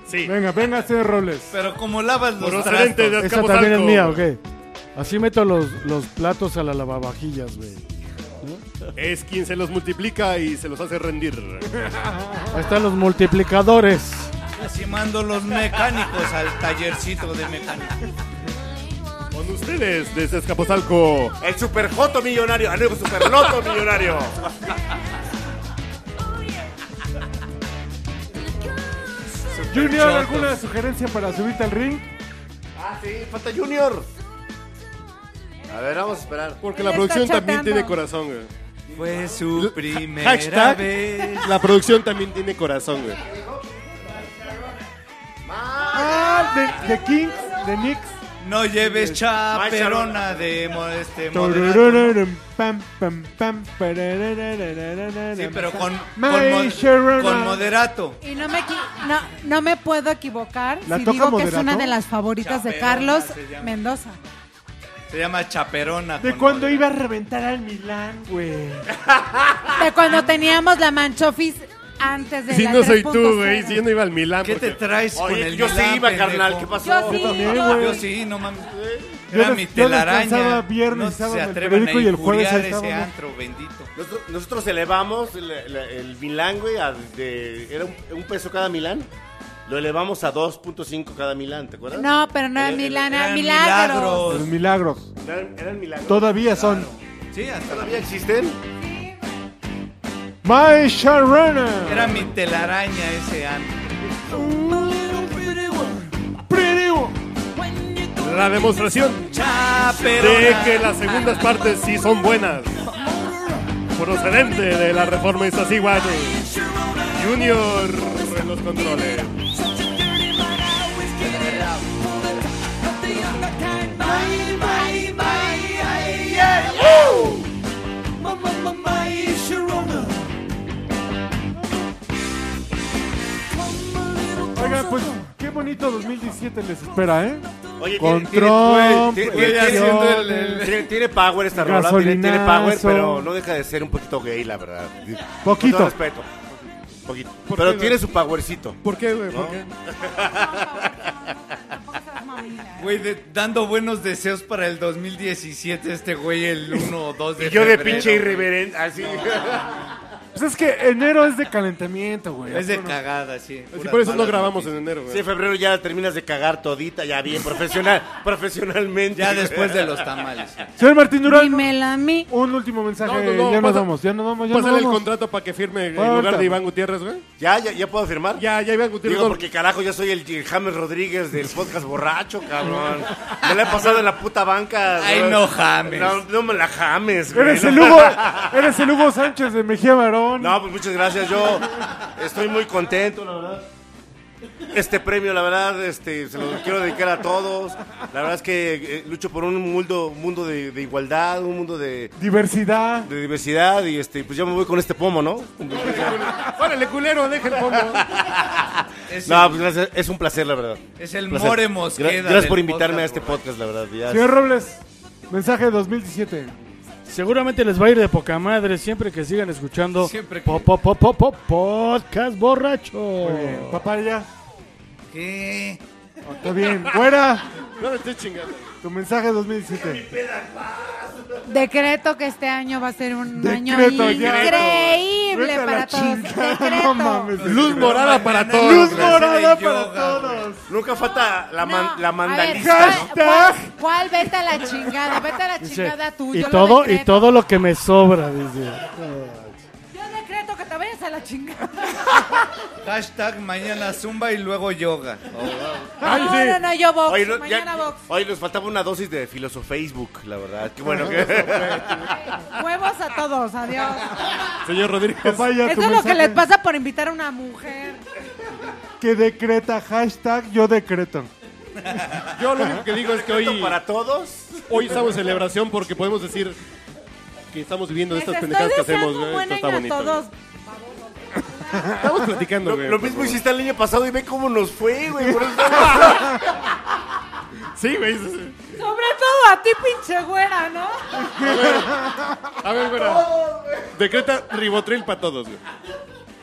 B: Sí.
A: Venga, venga, hacer roles.
C: Pero como lavas los
B: Procedente de
C: trastos.
D: Esa
B: Azcapotzalco.
D: también es mía, ¿ok? Así meto los, los platos a la lavavajillas, güey.
B: Es quien se los multiplica y se los hace rendir.
D: Ahí están los multiplicadores.
C: Así mando los mecánicos al tallercito de mecánica.
B: Con ustedes desde Escaposalco.
E: el superjoto millonario. Ah, no, el superloto millonario.
A: Junior, ¿alguna sugerencia para subirte al ring?
E: Ah, sí, falta Junior. A ver, vamos a esperar.
B: Porque
F: Él
B: la
F: está
B: producción también
F: chateando.
B: tiene corazón, güey.
C: Fue su primera
B: Hashtag.
C: vez.
B: La producción también tiene corazón, güey.
A: Ah, de, de Kings, de Knicks.
C: No lleves chaperona de mo- este moderato.
A: Tururururun, pam, pam, pam, pararararararararam.
C: Sí, pero con, con,
A: Mary
C: mod-
A: Sharona.
C: con moderato.
F: Y no me, equi- no, no me puedo equivocar
A: ¿La
F: si
A: toca
F: digo que es
A: moderato?
F: una de las favoritas de
C: Chaperona
F: Carlos
C: se llama.
F: Mendoza.
C: Se llama chaperona.
A: De
C: con
A: cuando
C: moderato.
A: iba a reventar al Milán, güey.
F: De cuando teníamos la Manchofis antes de
B: Si
F: la
B: no soy tú,
F: 3.0.
B: güey. Si yo no iba al Milán.
C: ¿Qué te
B: porque-
C: traes con
E: Oye,
C: el
E: yo sí
C: Milán,
E: iba,
C: pendejo?
E: carnal. ¿Qué pasó?
F: Yo sí,
A: también,
F: iba.
A: güey.
C: Yo sí, no mames.
A: Yo
C: Era
A: des-
C: mi
A: yo descansaba
C: telaraña.
A: viernes,
C: no
A: sábado
C: se
A: en el
C: atreven a
A: periódico y el jueves
C: injuriar
A: ahí
C: ese
A: estábamos.
C: antro bendito.
E: Nosotros, nosotros elevamos el, el- el Milán, güey, a- de- era un, un peso cada Milán. Lo elevamos a 2.5 cada Milán, ¿te acuerdas?
F: No, pero no era
E: El- el-
F: Milán, era
C: Eran
F: Milagros.
A: Los milagros.
E: Eran, eran Milán.
A: Todavía son.
C: Sí, hasta la-
E: ¿Todavía existen?
A: My Sharona.
C: era mi telaraña ese antro.
A: Mm,
B: La demostración de
C: Chaperona.
B: que las segundas partes sí son buenas. Procedente de la reforma Iztaccíhuatl. Junior en los controles.
A: Oigan, pues qué bonito 2017 les espera, ¿eh?
E: Oye,
A: Con
E: tiene- tiene-
A: Trump,
E: tiene-
A: güey,
E: tiene-
A: haciendo el-
E: tiene- tiene- tiene power esta rola, tiene, tiene
A: Gasolinazo.
E: power, pero no deja de ser un poquito gay, la verdad. Con todo
A: Poquito.
E: respeto. Poquito.
B: ¿Por
E: Pero
B: qué,
E: tiene su powercito.
B: ¿Por qué, güey? ¿Por qué?
F: Tampoco seas mamila, ¿eh?
C: Güey, de- dando buenos deseos para el 2017 este güey el 1 o 2 de
J: Y yo de
C: febrero,
J: pinche
C: güey.
J: irreverente,
E: ah,
J: así.
A: Pues es que enero es de calentamiento, güey.
C: Es de cagada, sí.
B: Así
C: Puras
B: por eso no
C: malas
B: grabamos en
C: noticias.
B: enero, güey.
E: Sí, en febrero ya terminas de cagar todita, ya bien, profesional, profesionalmente.
C: Ya después de los tamales. güey.
A: Señor Martín Durán,
F: Dímela a mí.
A: un último mensaje.
B: No, no, no,
A: ya nos
B: pasa-
A: vamos, ya nos vamos, ya nos
B: Pásale el
A: vamos.
B: contrato para que firme en
A: Ahorita.
B: lugar de Iván Gutiérrez, güey.
E: ¿Ya, ya, ya puedo firmar?
B: Ya, ya Iván Gutiérrez.
E: Digo,
B: no-
E: porque carajo, yo soy el James Rodríguez del podcast borracho, cabrón. Me la he pasado en la puta banca.
C: Ay,
E: güey.
C: no james.
E: No, no me la james, güey.
A: Eres
E: No.
A: el Hugo, eres el Hugo Sánchez de Mejía Barón.
E: No, pues muchas gracias. Yo estoy muy contento, la verdad. Este premio, la verdad, este, se lo quiero dedicar a todos. La verdad es que eh, lucho por un mundo, un mundo de, de igualdad, un mundo de,
A: Diversidad.
E: de diversidad y este, pues ya me voy con este pomo, ¿no?
B: Órale, culero, deja el pomo.
C: Es,
E: No, pues gracias. Es un placer, la verdad.
C: es el
E: Placer.
C: more
E: Gra-
C: mosqueda.
E: Gracias
C: del
E: por invitarme a
C: podcast,
E: este
C: güey.
E: podcast, la verdad. Ya
A: Señor Robles, mensaje 2017.
D: Seguramente les va a ir de poca madre siempre que sigan escuchando
C: Siempre que-
D: po- po- po- po- po- podcast borracho.
A: Muy bien. Papaya,
C: ¿Qué?
A: está bien. Fuera,
B: No me estoy chingando.
A: tu mensaje 2017.
F: Decreto que este año va a ser un
A: Decreto,
F: año
A: ya.
F: increíble
A: Vete a la
F: para todos.
A: chingada,
F: Decreto.
A: no mames.
B: Luz morada para todos.
A: Luz
B: güey.
A: morada
C: Clase de
B: ah,
A: para
C: yoga,
A: todos.
E: Nunca falta la, man-
F: No,
E: la
F: a ver,
E: mandalista.
F: ¿cuál- ¿cuál, cuál vete a la chingada? Vete a la
D: Dice,
F: chingada tú.
D: y
F: yo lo
D: todo y
F: decreto.
D: todo lo que me sobra, dice.
F: Yo decreto que te vayas a la chingada.
C: Hashtag mañana zumba y luego yoga.
F: no, no, no, yo box.
E: Oye, no, ya-
F: mañana box.
E: oye, nos faltaba una dosis de filosofacebook, la verdad. Qué bueno que...
F: Huevos a todos, adiós.
B: Señor Rodríguez.
A: Papaya,
F: Eso es
A: tu
F: lo que
A: mensaje.
F: les pasa por invitar a una mujer.
A: Que decreta, hashtag yo decreto.
B: Yo lo único que digo es que hoy,
E: para todos.
B: hoy estamos en celebración porque podemos decir que estamos viviendo
F: Les
B: estas
F: estoy
B: pendejadas que hacemos,
F: deseando
B: güey.
F: un buen
B: Esto está
F: año a
B: bonito.
F: todos.
B: güey. Estamos platicando,
E: Lo,
B: güey.
E: lo
B: por
E: mismo
B: favor.
E: hiciste el año pasado y ve cómo nos fue, güey. por eso-
B: Sí, güey. sí, sí.
F: Sobre todo a ti, pinche güera, ¿no?
B: A ver, güey. Decreta ribotril para todos, güey.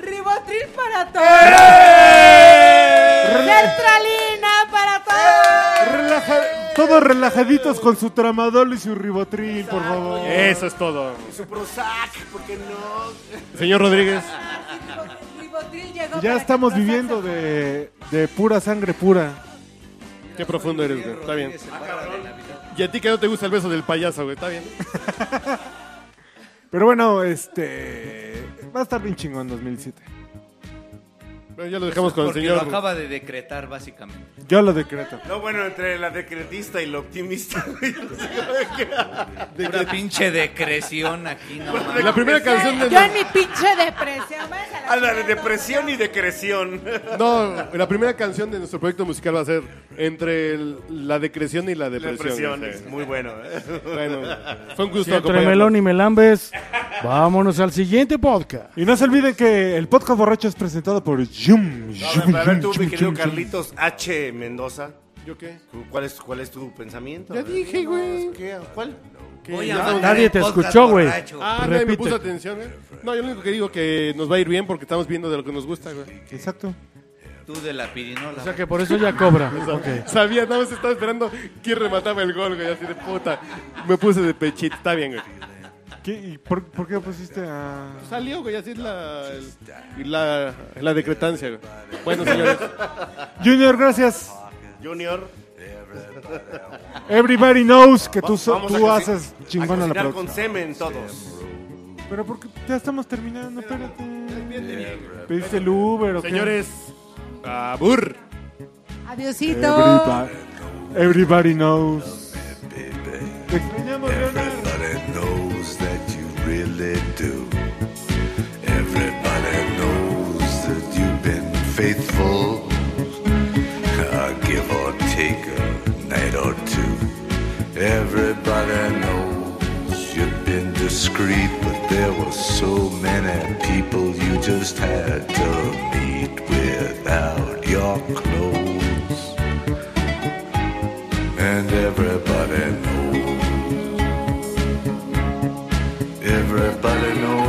F: Ribotril para
B: ¡Eh!
F: todos. Sertralina para todos.
A: Relaja- todos relajaditos con su tramadol y su ribotril, por favor.
B: Eso es todo.
E: Su Prozac, ¿por qué no?
B: Señor Rodríguez.
F: Ribotril llegó para
A: Ya
F: que
A: estamos
F: nos
A: viviendo de, de pura sangre pura.
B: Qué profundo eres, güey. Está bien.
C: Se para de la vida.
B: Y a ti que no te gusta el beso del payaso, güey. Está bien.
A: Pero bueno, este. Va a estar bien chingón 2007.
B: Bueno, ya lo dejamos con el
C: Porque lo
B: señor.
C: acaba de decretar, básicamente.
A: Yo lo decreto.
E: No, bueno, entre la decretista y la optimista, güey. no sé qué-
C: Una pinche decreción aquí, no mames.
B: La primera canción
F: alcanzar.
B: de...
F: Yo en mi pinche depresión. váyanse a la
E: Ándale,
F: chingada.
E: Ah, depresión y decreción.
B: No, la primera canción de nuestro proyecto musical va a ser entre el- la decreción y
E: La
B: la depresión.
E: depresión es
B: sí.
E: muy bueno. ¿eh?
B: Bueno, fue un gusto
D: Sí, entre
B: acompañarlos.
D: Melón y Melambes, vámonos al siguiente podcast.
A: Y no se olviden que el podcast borracho es presentado por Yum.
E: No, A ver, tú, mi querido Carlitos H. Mendoza,
B: ¿Yo qué?
E: ¿cuál es, cuál es tu pensamiento?
B: Ya dije, güey.
E: ¿Qué? ¿Cuál?
B: ¿Qué?
C: Voy a
B: Ya.
C: mandar
D: nadie
C: el
D: te
C: podcast
D: escuchó, güey.
C: borracho.
B: Ah, nadie me
D: Repite.
B: puso atención, güey. No, yo lo único que digo que nos va a ir bien porque estamos viendo de lo que nos gusta, güey.
A: Exacto.
C: Tú de la pirinola.
D: O sea que por eso ya cobra. Ok.
B: Sabía, nada más estaba esperando quién remataba el gol, güey. Así de puta. Me puse de pechito. Está bien, güey.
A: ¿Qué, y por, por qué pusiste a.?
B: Salió, güey. Así es la, el- la, la decretancia, güey. Bueno, señores.
A: Junior, gracias.
E: Junior.
A: Everybody knows que tú, so-
E: Vamos a
A: tú
E: coci-
A: haces chingona
E: a
A: la
E: cocinar
A: producción.
E: con semen todos.
A: Pero porque ya estamos terminando, espérate. ¿Pediste el Uber o qué?
B: Señores. Abur.
F: Adiosito.
A: Everybody, everybody knows. Te extrañamos, Leonardo.
K: Everybody knows that you really do. Everybody knows that you've been faithful. Uh, give or take a night or two. Everybody knows you've been discreet, but there were so many people you just had to meet without your clothes. And everybody knows. Everybody knows.